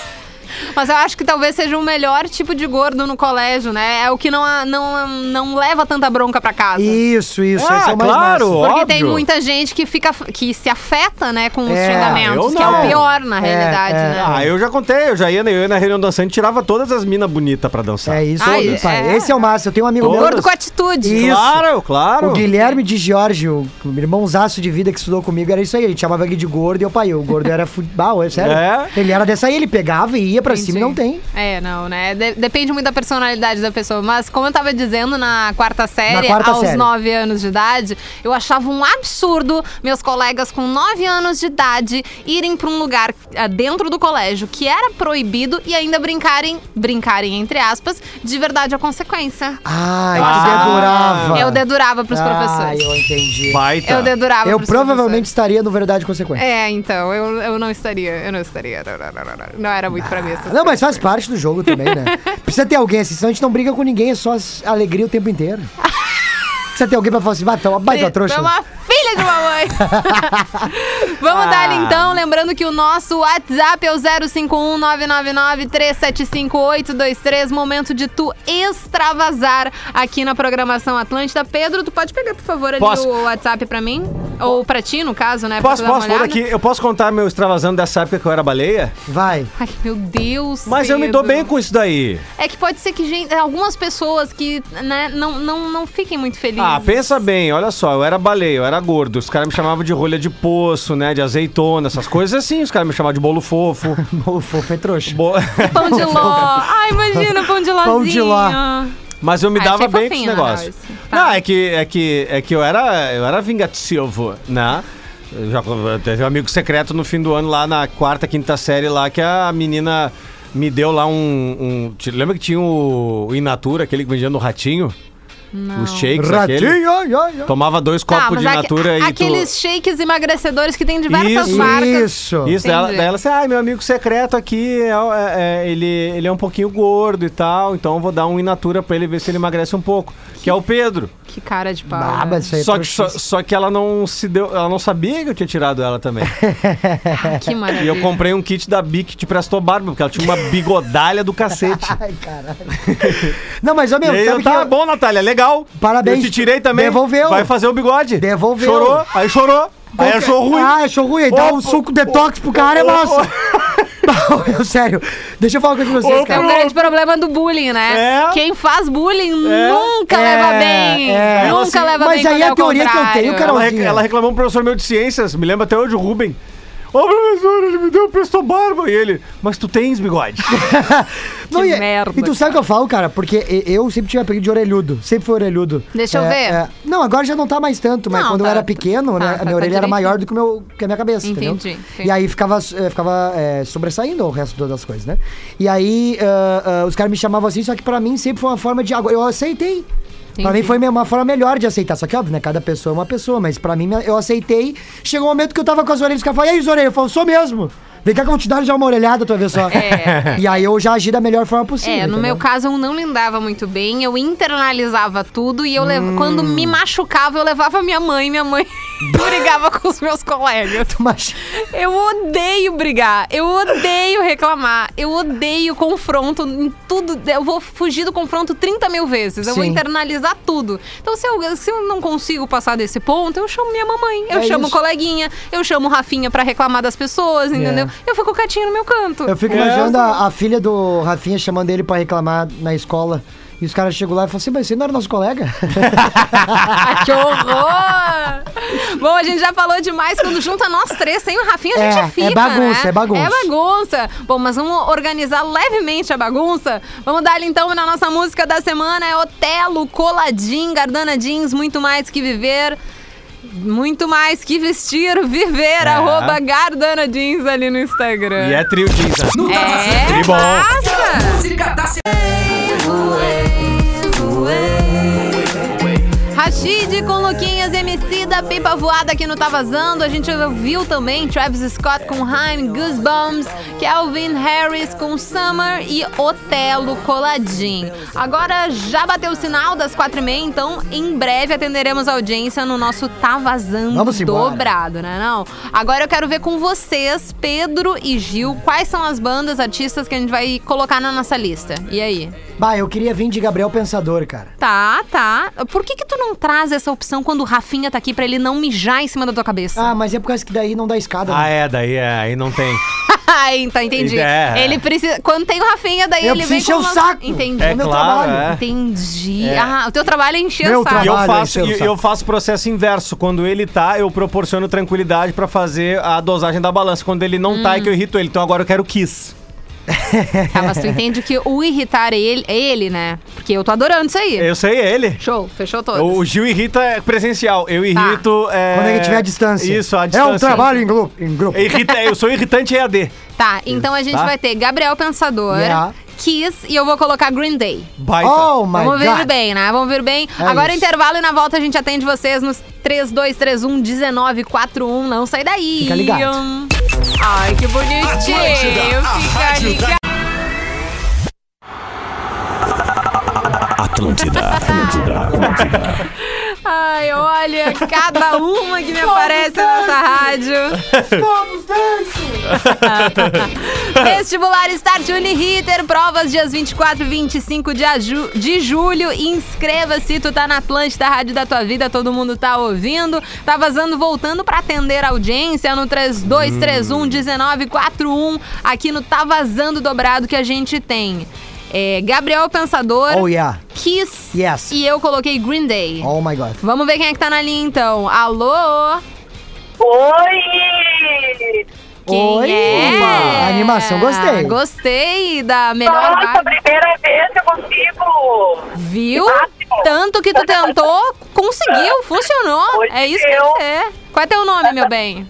Mas eu acho que talvez seja o melhor tipo de gordo no colégio, né? É o que não, a- não, não leva tanta bronca pra casa.
Isso, isso.
Ah,
esse é o mais
claro,
massa.
Porque tem
óbvio.
muita gente que fica que se afeta, né, com os
É,
eu
xingamentos, que é
não.
o pior na realidade,
é.
né?
Ah, eu já contei, eu já ia, na- eu ia na reunião dançante e tirava todas as minas bonitas pra dançar.
É isso,
Ai,
pai.
é.
Esse é o massa. Eu tenho um amigo meu.
Gordo com atitude.
Claro, claro.
O Guilherme de Giorgio, o irmãozaço de vida que estudou comigo, era isso aí. Ele chamava ele de gordo e eu, pai, o gordo era futebol, é sério.
É.
Ele era dessa aí, ele pegava e ia pra cima e não tem.
É, não, né? De- depende muito da personalidade da pessoa. Mas, como eu tava dizendo, na quarta série,
quarta
aos
série.
nove anos de idade, eu achava um absurdo meus colegas com nove anos de idade irem pra um lugar ah, dentro do colégio que era proibido e ainda brincarem, brincarem entre aspas, de verdade a consequência.
Ai,
Ah,
tu dedurava.
Eu dedurava pros
Ah,
professores.
eu entendi.
Baita.
Eu dedurava
Eu
pros
provavelmente
professores.
estaria no Verdade e Consequência.
É, então, eu, eu não estaria, eu não estaria. Não, não, não, não, não. Não era muito pra mim essa
Não, mas faz parte do jogo também, né? Precisa ter alguém assim, senão a gente não briga com ninguém, é só as- alegria o tempo inteiro. Precisa ter alguém pra falar assim, bata uma
tá
baita trouxa.
É uma filha de uma mãe. Vamos dar
Ah.
ali então, lembrando que o nosso WhatsApp é o 051-999-375823. Momento de tu extravasar aqui na programação Atlântida. Pedro, tu pode pegar, por favor, ali
Posso.
o WhatsApp pra mim? Ou pra ti, no caso, né? Pra
Posso,
tu dar uma
posso, vou
olhada.
daqui. Eu posso contar meu extravasando dessa época que eu era baleia?
Vai.
Ai, meu Deus.
Mas eu me dou
Pedro.
bem com isso daí.
É que pode ser que gente- algumas pessoas que né, não, não, não fiquem muito felizes.
Ah, pensa bem, olha só, eu era baleia, eu era gordo. Os caras me chamavam de rolha de poço, né? De azeitona, essas coisas assim. Os caras me chamavam de bolo fofo.
O fofo é trouxa.
Bo-
Pão de ló. Ai, imagina, pão de lózinho.
Pão de ló.
Mas eu me
Ah,
dava
achei
bem com esse
fofinho,
negócio.
Nelson. Tá.
Não, é que, é que, é que eu era, eu era vingativo, né? Eu já, teve um amigo secreto no fim do ano lá na quarta, quinta série lá que a menina me deu lá um, um- te- lembra que tinha o, o Inatura, aquele que vendia no ratinho? Os shakes aquele.
Ratinho, ai, ai, ai.
Tomava dois
Tá,
copos de
aque-
Inatura e tu...
aqueles shakes emagrecedores que tem diversas
Isso.
marcas.
Isso.
Isso, daí ela,
Entendi.
daí ela assim, ah, meu amigo secreto aqui, é, é, é, ele, ele é um pouquinho gordo e tal, então eu vou dar um inatura pra ele ver se ele emagrece um pouco, que é o Pedro.
Que cara de pau.
Ah,
né?
mas isso aí é
Só que, só,
trouxice.
só que ela não se deu, ela não sabia que eu tinha tirado ela também.
é.
Ah, Que maravilha.
E eu comprei um kit da Bic de Presto Barba, porque ela tinha uma bigodalha do cacete.
Ai, caralho. Não, mas, ô
E
meu,
aí,
sabe
eu,
que
tá
eu-
bom, Natália, legal.
Parabéns.
Eu te tirei também.
Devolveu.
Vai fazer o bigode.
Devolveu.
Chorou, aí chorou. Aí achou ruim.
Ah, achou ruim. Aí dá
Ô,
um
ô,
suco
ô,
detox pro cara, é
ô,
massa. Não, meu, sério. Deixa eu falar uma coisa com vocês,
Ô,
É o
cara.
grande problema do bullying, né?
É.
Quem faz bullying
É.
nunca leva
É,
bem.
é.
Nunca leva
Mas
bem.
aí
quando
a
é o
teoria que eu
contrário.
tenho, cara,
Ela, rec-
Rosinha.
ela reclamou pro professor meu de ciências, me lembra até hoje o Ruben. Ô, professor, ele me deu presto barba. E ele, mas tu tens bigode.
Não,
Que
e, é,
merda,
E tu sabe o que eu falo, cara? Porque e- eu sempre tive apelido de orelhudo. Sempre fui orelhudo.
Deixa eu
É,
ver.
é. Não, agora já não tá mais tanto, mas
Não,
quando eu
tá-
era pequeno,
tá-
né,
tá-
a minha
tá
orelha era
direitinho.
maior do que, o meu, que a minha cabeça, entendeu?
Entendi, entendi.
E aí ficava, eh, ficava eh, sobressaindo o resto do- das coisas, né? E aí ah, ah, os caras me chamavam assim, só que pra mim sempre foi uma forma de... Eu aceitei. Pra
Entendi.
mim foi me- uma forma melhor de aceitar. Só que, óbvio, né? Cada pessoa é uma pessoa, mas pra mim eu aceitei. Chegou um momento que eu tava com as orelhas, os caras falaram, e aí, os orelhas? Eu falo, sou mesmo. Vem cá que eu vou te dar já uma orelhada, tu vai ver só.
É.
E aí eu já agi da melhor forma possível.
É, no
entendeu?
meu caso eu não lidava muito bem, eu internalizava tudo e eu lev-
Hum.
quando me machucava eu levava minha mãe, minha mãe brigava com os meus colegas.
Mas,
Eu odeio brigar, eu odeio reclamar, eu odeio confronto em tudo. Eu vou fugir do confronto 30 mil vezes, eu vou
Sim.
internalizar tudo. Então, se eu, se eu não consigo passar desse ponto, eu chamo minha mamãe, eu
É
chamo o
isso.
coleguinha, eu chamo o Rafinha pra reclamar das pessoas,
É.
entendeu? Eu fico
É.
quietinha no meu canto.
eu fico imaginando a, a filha do Rafinha chamando ele pra reclamar na escola. E os caras chegam lá e falam assim, mas você não era nosso colega?
Ah, que horror! Bom, a gente já falou demais. Quando junta nós três, sem o Rafinha, a gente
É, é
fica,
bagunça,
né?
é bagunça.
É bagunça. Bom, mas vamos organizar levemente a bagunça. Vamos dar ali, então, na nossa música da semana. É Otelo, Coladim, Gardana Jeans, Muito Mais Que Viver. Muito mais que vestir,
É.
viver, arroba Gardana Jeans ali no Instagram.
E é trio jeans.
É, massa! Rashid com Luquinhas, MC da Pipa Voada aqui no Tá Vazando. A gente ouviu também Travis Scott com Haim, Goosebumps, Kelvin Harris com Summer e Otelo Coladinho. Agora já bateu o sinal das quatro e meia, então em breve atenderemos a audiência no nosso Tá Vazando
Vamos embora.
dobrado, né não? Agora eu quero ver com vocês, Pedro e Gil, quais são as bandas, artistas que a gente vai colocar na nossa lista. E aí?
bah, eu queria vir de Gabriel Pensador, cara.
Tá, tá. Por que que tu não traz essa opção quando o Rafinha tá aqui pra ele não mijar em cima da tua cabeça?
Ah, mas é por causa que daí não dá escada.
Ah,
né?
é, daí é, aí não tem.
Ah, então entendi.
É.
Ele precisa. Quando tem o Rafinha, daí
Eu
ele
preciso
vem.
encher
com
o
uma-
saco.
Entendi.
É
meu
claro,
trabalho.
é.
Entendi. Ah, o teu trabalho é encher
Meu
o saco.
E eu
trabalho. Vale,
faço,
encheu o
e-
saco.
eu faço o processo inverso. Quando ele tá, eu proporciono tranquilidade pra fazer a dosagem da balança. Quando ele não tá, é que eu irrito ele. Então agora eu quero kiss.
Tá, mas
é.
tu entende que o irritar ele, é ele, né? Porque eu tô adorando isso aí.
Eu sei ele.
Show, fechou todas.
O Gil irrita é presencial. Eu irrito. é-
Quando ele tiver a distância.
Isso, a
É
distância.
um trabalho em grupo. Em grupo.
Irrita, eu sou irritante EAD.
Tá, então a gente
Tá.
vai ter Gabriel Pensador,
Yeah.
Kiss e eu vou colocar Green Day.
Baita.
Oh, my
Vamos
God. É
ver bem, né? Vamos ver bem. Agora
isso.
intervalo e na volta a gente atende vocês nos 3231 1941. Não sai daí.
Fica ligado.
Ai, que bonitinho. Fica ligado.
Atlântida, Atlântida, Atlântida.
Ai, olha, cada uma que me aparece nessa rádio. Vestibular Start Uniriter, provas dias 24 e 25 de, aju- de julho. Inscreva-se, tu tá na Atlântida, Rádio da Tua Vida, todo mundo tá ouvindo. Tá vazando, voltando pra atender a audiência no
Hum.
3231-1941, aqui no Tá Vazando Dobrado que a gente tem. é, Gabriel Pensador,
Oh, yeah.
Kiss
Yes.
e eu coloquei Green Day.
Oh, my God.
Vamos ver quem é que tá na linha então. Alô?
Oi!
Quem
Oi!
é? Ah,
Opa, animação, gostei.
Gostei da melhor
Nossa,
vibe.
primeira vez que eu consigo!
Viu?
Que máximo.
Tanto que tu tentou, conseguiu, funcionou.
Hoje
é isso que
deu.
é. Qual é teu nome, meu bem?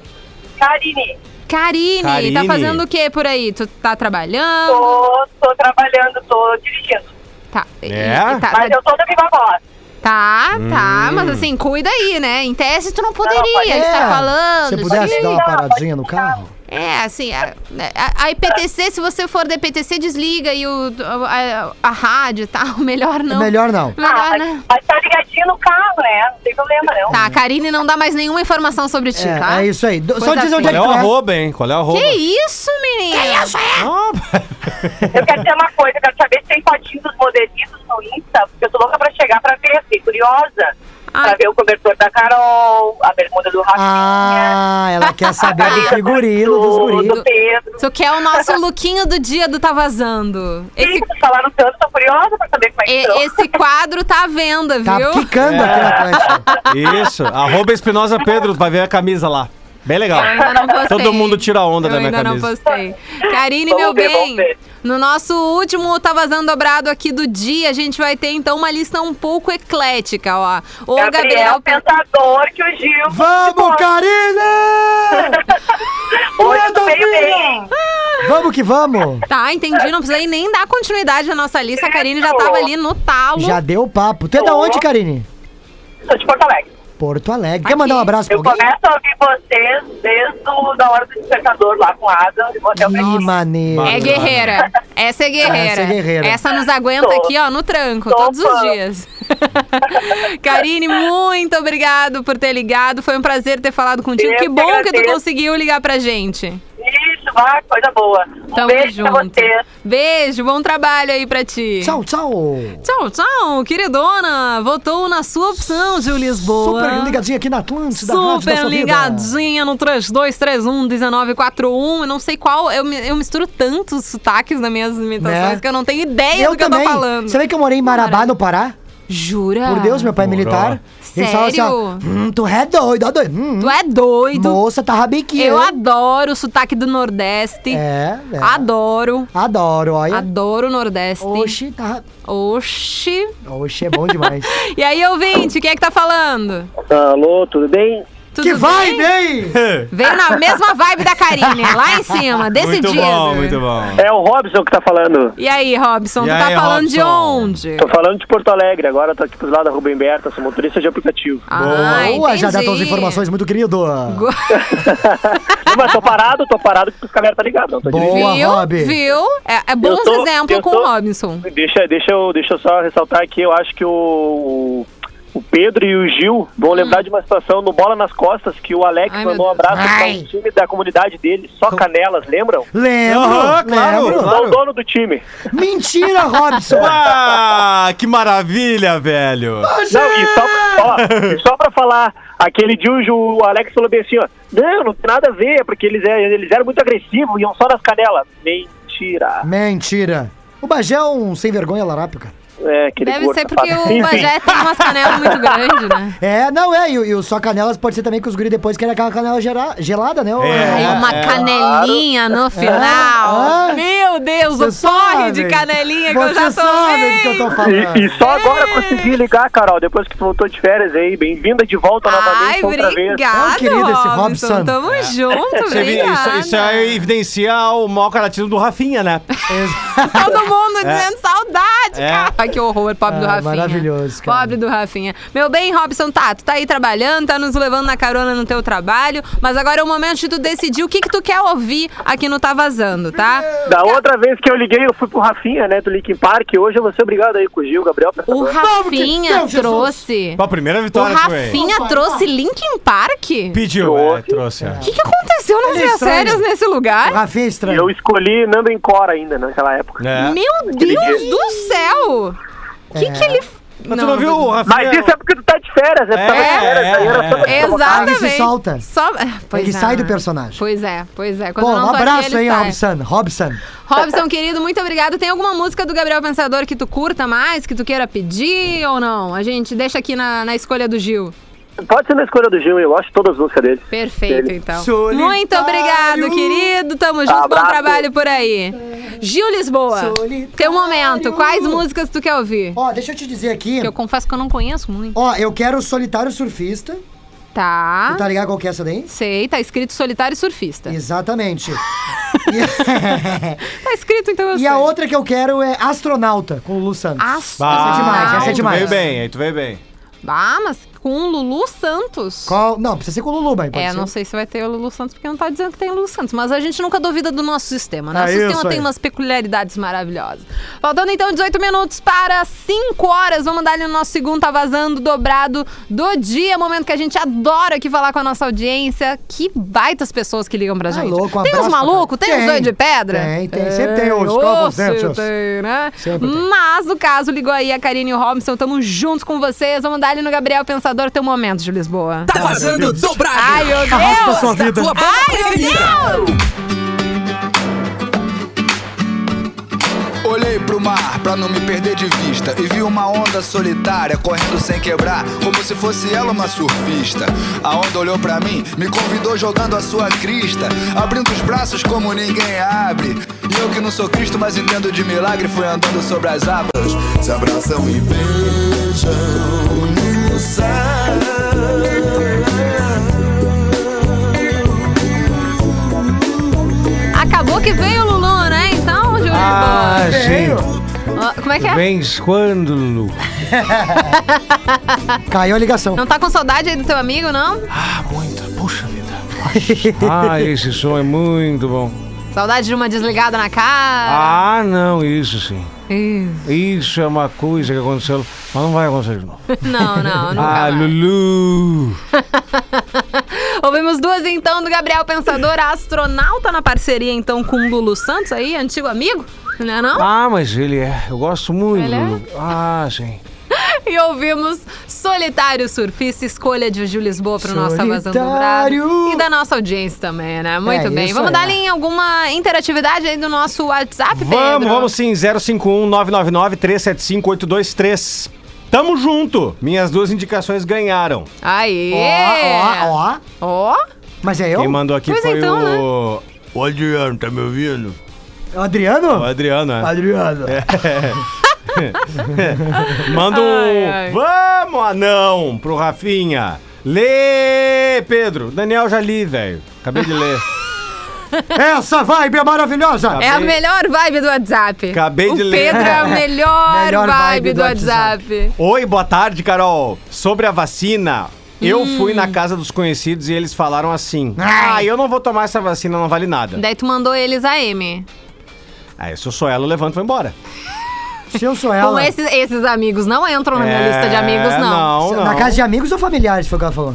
Karine,
Karine,
Karine.
tá fazendo o que por aí? Tu tá trabalhando?
tô, tô trabalhando, tô dirigindo.
Tá.
É?
E- tá,
Mas
tá,
eu tô da viva voz.
tá, tá,
Hum.
mas assim, cuida aí, né? Em tese tu não poderia
É,
estar tá falando.
Se pudesse
sim.
dar uma paradinha no carro.
É, assim, a, a, a IPTC, se você for da IPTC, desliga e o, a, a- a rádio e tal. Melhor não.
É Melhor não.
Melhor,
mas,
né?
mas tá ligadinho no carro, né? Não tem problema, não.
Tá, a Karine não dá mais nenhuma informação sobre ti, tá?
É, é isso aí. Do- Só
Coisa
diz onde é
Qual
que
é o
tu é.
arroba, hein? Qual é o arroba? Ah,
Que isso, menino? Que isso é?
Eu quero dizer uma coisa, eu quero saber se tem fotinho dos modelistas no Insta, porque eu tô louca pra chegar pra ver, fiquei curiosa.
Ai.
Pra ver o cobertor da Carol, a bermuda do Rafinha,
Ah, ela quer saber do figurino dos
do,
guris.
do Pedro.
Tu quer é o nosso lookinho do dia do Tá Vazando. Esse,
Sim, vocês falaram tanto, tô curiosa pra saber como é que
e-
são.
esse quadro tá à venda, viu?
Tá picando aqui na Atlântica.
Isso. Arroba Espinosa Pedro, vai ver a camisa lá. Bem legal.
Eu ainda não postei.
Todo mundo tira a onda
Eu
da minha
ainda
camisa.
não postei. Karine,
Vamos
meu
ver,
bem,
vamos ver.
no nosso último Tá Vazando Dobrado aqui do dia, a gente vai ter, então, uma lista um pouco eclética, ó. O
Gabriel,
Gabriel... tá
Pensador, que o Gil.
Vamos, Karina!
Hoje tu veio bem.
Vamos que vamos!
Tá, entendi, não precisei nem dar continuidade na nossa lista, a Karine já tava ali no talo.
Já deu papo. Tu é da onde, Karine?
Sou de Porto Alegre.
Porto Alegre. Quer mandar um abraço pra
Eu
alguém?
começo a ouvir vocês desde o, da hora do despertador lá com o Adam. Eu vou até o
Que maneiro.
É guerreira. Essa é guerreira.
Essa é guerreira.
Essa nos aguenta
Tô.
aqui, ó, no tranco,
Tô
todos os
fã.
dias. Karine, muito obrigado por ter ligado. Foi um prazer ter falado contigo.
Eu
que
que
bom que tu
agradeço.
conseguiu ligar pra gente.
Isso, vá, coisa boa. Um
Tamo
beijo pra
junto.
você.
Beijo, bom trabalho aí pra ti.
Tchau, tchau.
Tchau, tchau, queridona. Votou na sua opção, Gil Lisboa.
Super ligadinha aqui na Atlântida, rádio da
Super
sua vida.
ligadinha no 3231-1941. Eu não sei qual. Eu, me- eu misturo tantos sotaques nas minhas imitações
Né?
que eu não tenho ideia é do que eu tô falando.
Você vê que eu morei em Marabá, no Pará?
Jura?
Por Deus, meu pai é
Morou.
militar. Ele falava assim, ó,
Sério?
hum, tu é doido, ó doido. Hum,
Tu é doido.
Moça, tá rabequinha.
Eu adoro o sotaque do Nordeste.
É, é.
Adoro.
Adoro, olha.
Adoro o Nordeste.
Oxi, tá...
Oxi.
Oxe, é bom demais.
E aí, ouvinte, quem é que tá falando?
Alô, tudo bem?
Tudo
que vai,
bem?
Ney!
Veio na mesma vibe da Karine, lá em cima, decidido.
Muito bom, muito bom.
É o Robson que tá falando.
E aí, Robson,
E
tu
aí,
tá falando de
Robson?
onde?
Tô falando de Porto Alegre, agora tô aqui pros lados da Rubem Berta, sou motorista de aplicativo.
Ah,
Boa, já dá
entendi.
todas as informações, muito querido.
Go-
Não, mas tô parado, tô parado porque os câmeras tá ligado. Não, tô dirigindo.
Boa,
viu?
Rob.
Viu? É, é bons
tô-
exemplos
eu
com o
tô-
Robinson.
Deixa, deixa, eu, deixa eu só ressaltar aqui, eu acho que o, o Pedro e o Gil vão lembrar de uma situação no Bola nas Costas, que o Alex
Hum. Ai,
mandou um
meu Deus.
abraço para
Ai.
um time da comunidade dele, só Canelas, lembram?
Lembro,
Aham, claro,
lembro.
Eu sou o dono do time.
Mentira, Robson.
Ah, que maravilha, velho.
Não, e só, ó, e só pra falar, aquele dia o Ju- o Alex falou bem assim, ó, não, não tem nada a ver, é porque eles, é- eles eram muito agressivos, iam só nas canelas. Mentira.
Mentira. O Bagé é um sem vergonha larápio, cara.
É, aquele
Deve
gordo
ser porque
safado.
o
Enfim,
Bagé tem umas canelas muito grandes, né?
É, não, é, e, o- e o só canelas pode ser também que os guri depois querem aquela canela gera- gelada,
É,
né? ô-
Aí uma canelinha no final.
é.
Meu Deus, o
Você
porre de
sabe.
canelinha que eu
Você
já
sabe do que eu
tomei.
tô falando.
E, e só agora
É.
consegui ligar, Carol, depois que tu voltou de férias aí. Bem-vinda de volta
Ai,
novamente outra vez.
obrigado,
É um querido esse Robson.
Tamo junto,
Você vi- isso,
obrigada.
isso é aí evidencia o mau caratismo do Rafinha, né?
Todo mundo dizendo saudade,
É.
cara. Ai, que horror, pobre do
É. Ah,
Rafinha.
maravilhoso, cara.
Pobre do Rafinha. Meu bem, Robson, tá, tu tá aí trabalhando, tá nos levando na carona no teu trabalho, mas agora é o momento de tu decidir o que que tu quer ouvir aqui no Tá Vazando, tá?
Da outra vez que eu liguei, eu fui pro Rafinha, né, do Linkin Park. Hoje eu vou ser obrigado aí com o Gil, Gabriel. pra
O
saber.
Rafinha
Deus, Jesus.
trouxe...
Pô, a primeira
O
vitória foi.
Rafinha trouxe Linkin Park? O
Pediu, é, trouxe. é.
que, que aconteceu nas minhas
estranho.
férias nesse
O
lugar?
Rafinha é
E
estranho.
eu escolhi Nando Encore ainda, naquela época.
É.
Meu
Aquele
Deus
dia.
do céu! O que que ele...
Mas tu não viu o Rafinha?
Mas isso é porque tu tá de férias, é porque tava de férias. aí era só pra te provocar.
Exatamente.
É. Ele se solta.
Só... Ah, Pois
Ele
é.
sai do personagem.
Pois é, pois é. Quando
Bom,
eu não
um
tô aqui,
abraço
ele
aí,
sai.
Robson. Robson.
Robson, querido, muito obrigado. Tem alguma música do Gabriel Pensador que tu curta mais, que tu queira pedir ou não? A gente deixa aqui na, na escolha do Gil.
Pode ser na escolha do Gil, eu gosto de todas as músicas dele.
Perfeito,
Ele.
então.
Solitário.
Muito obrigado, querido. Tamo junto, bom
Abraço.
trabalho por aí. Gil Lisboa,
Solitário.
teu momento. Quais músicas tu quer ouvir?
Ó, deixa eu te dizer aqui.
Que eu confesso que eu não conheço muito.
Ó, eu quero o Solitário Surfista.
Tá.
Tá ligado qual que é essa daí?
Sei, tá escrito Solitário e Surfista.
Exatamente. E-
Tá escrito, então eu
e,
Ah, sei.
a outra que eu quero é Astronauta, com o Lu Santos.
Ah,
Essa é demais, essa é
aí
demais.
Tu veio bem, aí tu veio bem.
Ah, mas com o Lulu Santos.
Qual? Não, precisa ser com o Lulu, mas pode
É,
ser.
não sei se vai ter o Lulu Santos, porque não tá dizendo que tem o Lulu Santos. Mas a gente nunca duvida do nosso sistema, né?
Ah,
o sistema
isso aí.
tem umas peculiaridades maravilhosas. Faltando então 18 minutos para 5 horas. Vamos dar ali no nosso segundo Tá Vazando dobrado do dia. Momento que a gente adora aqui falar com a nossa audiência. Que baitas pessoas que ligam pra
Tá
gente.
louco, um
tem uns
abraço pra
malucos,
cá.
tem, uns
Tem,
doido de pedra.
tem, tem. Sempre tem os
ô,
covos, né,
se
tios?
tem, né?
Sempre tem.
Mas, no caso, ligou aí a Karine e o Robson. Tamo juntos com vocês. Vamos dar ali no Gabriel Pensador teu momento de Lisboa.
Tá vazando dobrado.
Ai, meu Deus!
Arrasta a sua
Da
vida.
tua banda
Ai,
preferida.
meu Deus!
Olhei pro mar pra não me perder de vista e vi uma onda solitária correndo sem quebrar, como se fosse ela uma surfista. A onda olhou pra mim, me convidou jogando a sua crista, abrindo os braços como ninguém abre. E eu que não sou Cristo, mas entendo de milagre, fui andando sobre as abas. Se abraçam e beijam no céu.
Acabou que veio o Lulu, né? Então, Júlio.
Ah, gente,
Ah, Como é que é?
vens quando, Lulu?
Caiu a ligação.
Não tá com saudade aí do teu amigo, não?
Ah, muito, puxa vida. Ah, esse som é muito bom.
Saudade de uma desligada na cara.
Ah, não, isso sim.
Ih,
Isso é uma coisa que aconteceu, mas não vai acontecer de novo.
Não, não, nunca
Ah,
mais.
Lulu.
Ouvimos duas então do Gabriel Pensador, a astronauta na parceria então com o Lulu Santos aí, antigo amigo, né não?
Ah, mas ele é. Eu gosto muito.
Ele é?
Lulu. Ah, gente.
E ouvimos Solitário Surfista, escolha de Ju Lisboa pro nosso Avazando
Solitário.
Dourado. E da nossa audiência também, né? Muito
É,
bem.
isso
Vamos
aí.
dar ali em alguma interatividade aí do nosso WhatsApp, Pedro?
Vamos, vamos sim. 051 999 375 823. Tamo junto. Minhas duas indicações ganharam.
Aí.
Ó,
ó, ó.
Mas é eu?
Quem mandou aqui
Pois
foi
então,
o. O Adriano, tá me ouvindo?
É O Adriano?
O Adriano, é.
Adriano.
É. Manda um.
Ai, ai.
Vamos, anão, pro Rafinha. Lê, Pedro. Daniel já li, velho. Acabei de ler.
Essa vibe é maravilhosa.
É a melhor vibe do WhatsApp.
Acabei
o
de ler.
Pedro é a melhor,
Melhor
vibe,
vibe
do,
do
WhatsApp.
Oi, boa tarde, Carol. Sobre a vacina, eu
Hum.
fui na casa dos conhecidos e eles falaram assim: Ah, eu não vou tomar essa vacina, não vale nada.
Daí tu mandou eles a M.
Aí, se eu sou ela, eu levanto e vou embora.
Se eu sou
Com
ela.
esses, esses amigos não entram na minha
É,
lista de amigos, não.
não,
Na
não.
casa de amigos ou familiares, foi o que ela falou?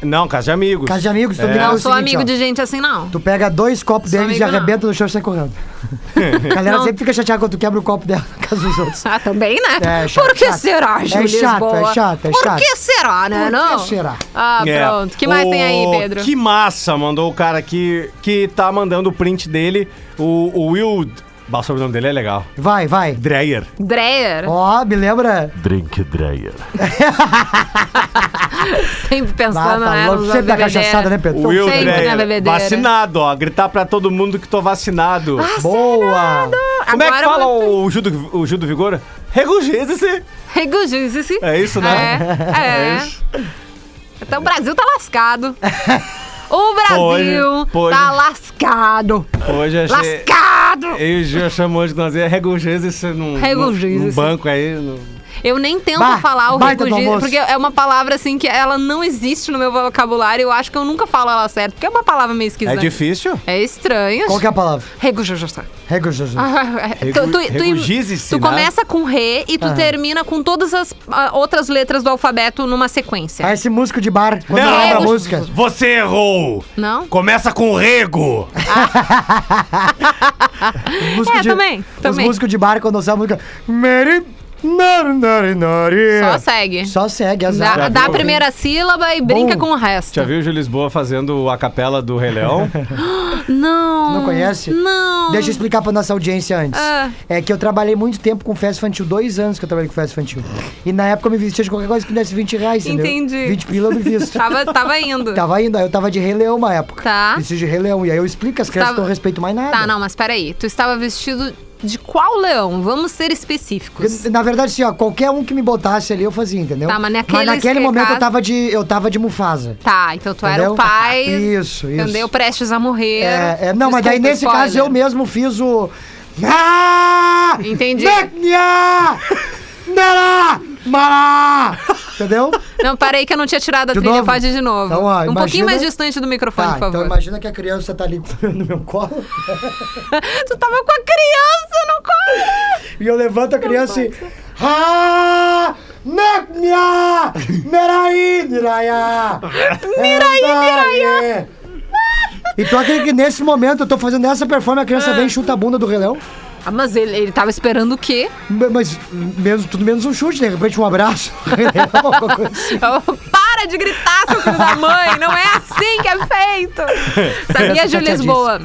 Não, casa de amigos.
Casa de amigos, tu
é.
me dá
Não
o
sou
seguinte,
amigo
ó.
de gente assim, não.
Tu pega dois copos
Sou
deles e
amigo, não.
arrebenta no chão e sai correndo. A galera
Não.
sempre fica chateada quando tu quebra o copo dela na casa dos outros.
Ah, também, né?
É, chato,
Por que
chato.
será,
É
Júlio
chato,
Lisboa?
é chato, é
Por
chato.
que será, né?
Por que
não?
será?
Ah,
É.
pronto. que mais tem aí,
Ô,
Pedro?
Que massa, mandou o cara aqui que tá mandando o print dele, o, o Will. Bah, O sobrenome dele é legal.
Vai, vai.
Dreyer.
Dreyer.
Ó, me lembra?
Drink Dreyer.
Sempre
Ah,
pensando,
tá
né?
louco.
nos
Sempre dá
bebedeira.
cachaçada, né, Pedro?
Will
Sempre na
Dreyer.
bebedeira. Ah,
Vacinado, ó. Gritar pra todo mundo que tô vacinado.
Boa!
Como é que
Agora
fala o, Judo, o Judo Vigor? Regurgise-se.
Regurgise-se.
É isso, né?
É, é.
isso.
Então o Brasil tá lascado. O Brasil
Pois, pois.
tá lascado.
Hoje eu achei...
Lascado!
Eu e o Gil chamou de nós. É regurgise-se num, num,
Regurgise-se.
num banco aí. No...
Eu nem tento
Bah,
falar o
baita do
recogir,
almoço.
porque é uma palavra assim que ela não existe no meu vocabulário. Eu acho que eu nunca falo ela certo, porque é uma palavra meio esquisita.
É difícil?
É estranho.
Qual que é a palavra?
Regurgijista.
Regurgijista.
Ah,
Regu-
tu, tu- tu-
regurgise-se,
tu
né?
começa com re e tu
Aham.
termina com todas as ah, outras letras do alfabeto numa sequência.
Ah, esse músico de bar, quando não, lembra a música.
Você errou!
Não?
Começa com rego!
Músico
é, também, também.
Os músicos de bar, quando usam a música... Meri, nari, nari, nari.
Só segue.
Só segue, azar.
Dá,
Já
dá
viu?
a primeira sílaba e brinca com o resto.
Já viu o Gil Lisboa fazendo a capela do Rei Leão?
Não.
Não conhece?
Não.
Deixa eu explicar pra nossa audiência antes.
Ah.
É que eu trabalhei muito tempo com festa infantil, dois anos que eu trabalhei com festa infantil. E na época eu me vestia de qualquer coisa que me desse 20 reais, entendeu?
Entendi.
20 pila eu me visto.
Tava, tava indo.
Tá.
Tava indo, aí eu tava de Rei Leão uma época.
Tá.
Vestido de Rei Leão. E aí eu explico, as crianças
Tava-
não respeitam mais nada.
Tá, não, mas peraí. Tu estava vestido de qual leão? Vamos ser específicos.
Porque, na verdade, assim, ó, qualquer um que me botasse ali, eu fazia, entendeu?
Tá, mas naquele
naquele momento
caso-
eu tava de. Eu tava de Mufasa.
Tá, então tu era
Entendeu? Ah,
o pai.
Isso, isso.
Entendeu? Prestes a morrer.
É, é, não, mas
Desculpa,
daí nesse
spoiler.
caso eu mesmo fiz o. Ah!
Entendi.
Mecnia! Nará! Mará! Entendeu?
Não, parei que eu não tinha tirado a
De
trilha.
novo?
Pode de novo.
Então, ó,
um pouquinho
imagina-
mais distante do microfone,
Tá,
por favor.
então imagina que a criança tá ali no meu colo.
Tu tava com a criança no colo!
E eu levanto a criança e. Ah! Mecnia! Meraí! Niraya! Miraí, Miraya! E tu acredita que nesse momento eu tô fazendo essa performance, a criança vem e chuta a bunda do relão.
Ah, mas ele, ele tava esperando o quê?
Mas menos, tudo menos um chute, de repente um abraço. alguma coisa assim.
Para de gritar, seu filho da mãe! Não é assim que é feito! Sabia,
Criança
Ju
chateadíssima.
Lisboa,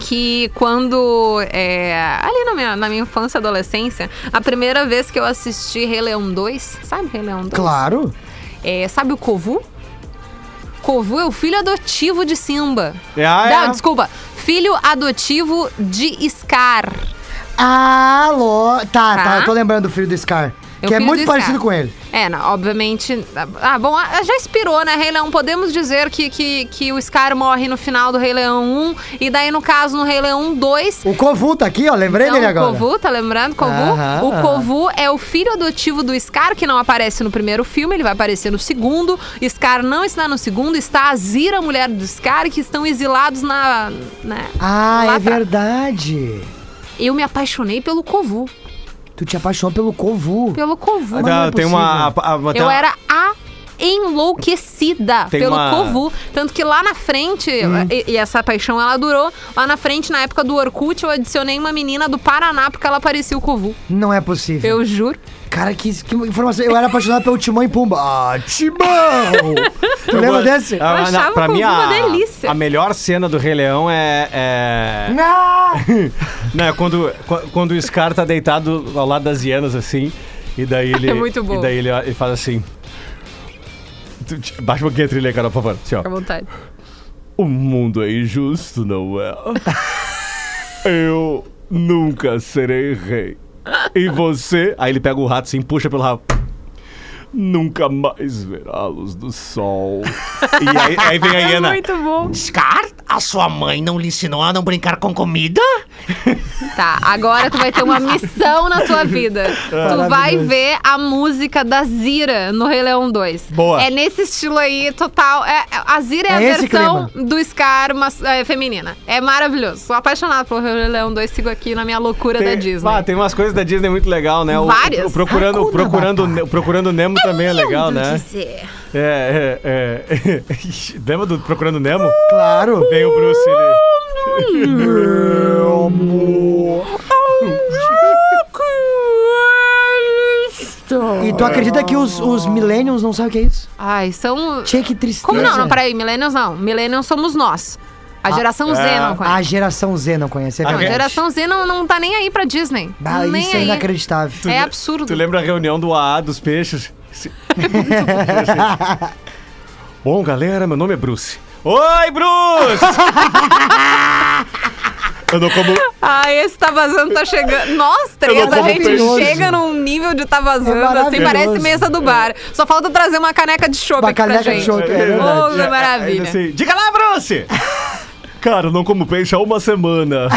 que quando. é, ali na minha, na minha infância e adolescência, a primeira vez que eu assisti Rei Leão 2, sabe Rei Leão 2?
Claro.
É, sabe o Kovu? Kovu é o filho adotivo de Simba.
É, ah,
Não,
é.
desculpa. Filho adotivo de Scar.
Ah, lo... tá, tá,
Tá.
eu tô lembrando do filho do Scar.
É o
que é
filho
muito
do
parecido
Scar.
com ele.
É, não, obviamente. Ah, bom, ah, já inspirou, né, Rei Leão? Podemos dizer que, que, que o Scar morre no final do Rei Leão 1, e daí, no caso, no Rei Leão 2.
O Kovu tá aqui, ó, lembrei
Então,
dele agora.
O Kovu, tá lembrando? Kovu?
Aham,
o
aham.
Kovu é o filho adotivo do Scar, que não aparece no primeiro filme, ele vai aparecer no segundo. Scar não está no segundo, está a Zira, a mulher do Scar, que estão exilados na. Né?
Ah,
lá
é
atrás.
verdade.
Eu me apaixonei pelo Kovu.
Tu te apaixonou pelo Kovu.
Ah,
é
Pelo Kovu.
Tá, tem uma. a- a-
Eu
tem-
era a enlouquecida
Tem
pelo
uma-
Kovu. Tanto que lá na frente, e, e essa paixão ela durou, lá na frente, na época do Orkut, eu adicionei uma menina do Paraná porque ela parecia o Kovu.
Não é possível.
Eu juro.
Cara, que, que informação. Eu era apaixonado pelo Timão e Pumba. Ah, Timão! tu lembra desse?
Ah, na- pra mim, a,
delícia.
a melhor cena do Rei Leão é. é...
Não!
Não, é quando, qu- quando o Scar tá deitado ao lado das hienas, assim, e daí ele.
É muito bom.
E daí ele, ele faz assim. Tu- te- Baixa um pouquinho a trilha, cara, por favor. Assim, ó.
Fica à vontade.
O mundo é injusto, não é? Eu nunca serei rei. E você. Aí ele pega o rato assim, puxa pelo rabo. Nunca mais verá a luz do sol. E aí, aí vem a hiena.
bom.
Scar, a sua mãe não lhe ensinou a não brincar com comida?
Tá, agora tu vai ter uma missão na tua vida. Tu vai
Maravilhoso.
ver a música da Zira no Rei Leão 2.
Boa.
É nesse estilo aí, total. É, é- a Zira é, a
É esse
versão do Scar mas, é, feminina. É maravilhoso. Sou apaixonada pelo Rei Leão 2, sigo aqui na minha loucura da Disney.
Ah, tem umas coisas da Disney muito legal, né? O-
Várias.
O, procurando, o
Hakuna
procurando, Ne- o procurando Nemo também é legal,
Lindo
né?
de ser.
É, é, é. Lembra do procurando Nemo?
Claro.
Vem o Bruce. Ele... Meu
E tu acredita que os, os millennials não sabem o que é isso?
Ai, são.
Tinha que tristeza.
Como não? Não, peraí, Millennials não. Millennials somos nós.
Ah,
A geração Z não conhece.
A geração Z não conhece, é
Não, a
verdade.
geração Z não, não tá nem aí pra Disney.
Ah,
nem
isso é
aí.
inacreditável.
É absurdo.
Tu lembra a reunião do AA dos peixes? Se- assim. Bom, galera, meu nome é Bruce. Oi, Bruce! Eu não como.
Ah, esse tá vazando, tá chegando. Nós três, a
como
gente
peixe.
chega num nível de tá
É
vazando, assim,
maravilhoso.
parece mesa do bar. Só falta trazer uma caneca de chope
Uma
aqui pra
caneca de
gente.
chope, é verdade.
Ô, que maravilha.
Ainda assim, Diga lá, Bruce! Cara, eu não como peixe há uma semana.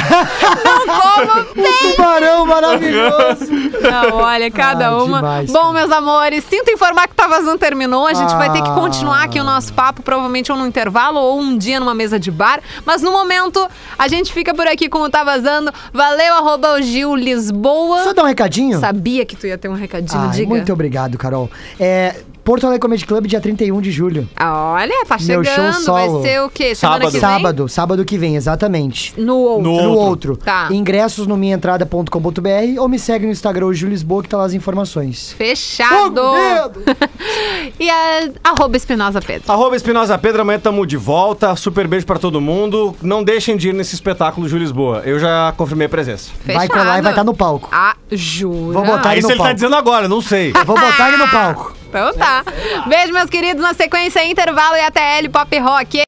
Um tubarão maravilhoso.
Não, olha, cada
Ah,
uma.
demais,
Bom, meus amores, sinto informar que tá vazando terminou. A gente vai ter que
Ah.
continuar aqui o nosso papo, provavelmente ou no intervalo ou um dia numa mesa de bar. Mas no momento, a gente fica por aqui com o Tá Vazando. Valeu, arroba o Gil Lisboa.
Só dar um recadinho?
Sabia que tu ia ter um recadinho,
Ai,
diga.
Muito obrigado, Carol. É, Porto Alegre Comedy Club, dia 31 de julho.
Ah, Olha, tá
Meu
chegando.
show solo.
Vai ser o quê? Semana que vem?
Sábado, sábado que vem, exatamente.
No outro.
No outro.
Tá.
Ingressos no minhaentrada.com.br ou me segue no Instagram, o Júlio Lisboa, que tá lá as informações.
Fechado.
Oh,
e a, arroba Espinosa Pedro.
Arroba Espinosa Pedra, amanhã tamo de volta. Super beijo pra todo mundo. Não deixem de ir nesse espetáculo Júlio Lisboa. Eu já confirmei a presença.
Fechado.
Vai colar e vai estar no palco.
Ah, jura?
Vou botar
Ah,
ele
isso
no
ele tá
palco.
dizendo agora, não sei.
Eu vou botar ele no palco.
Então tá. Beijo, meus queridos. Na sequência, intervalo e ATL Pop Rock.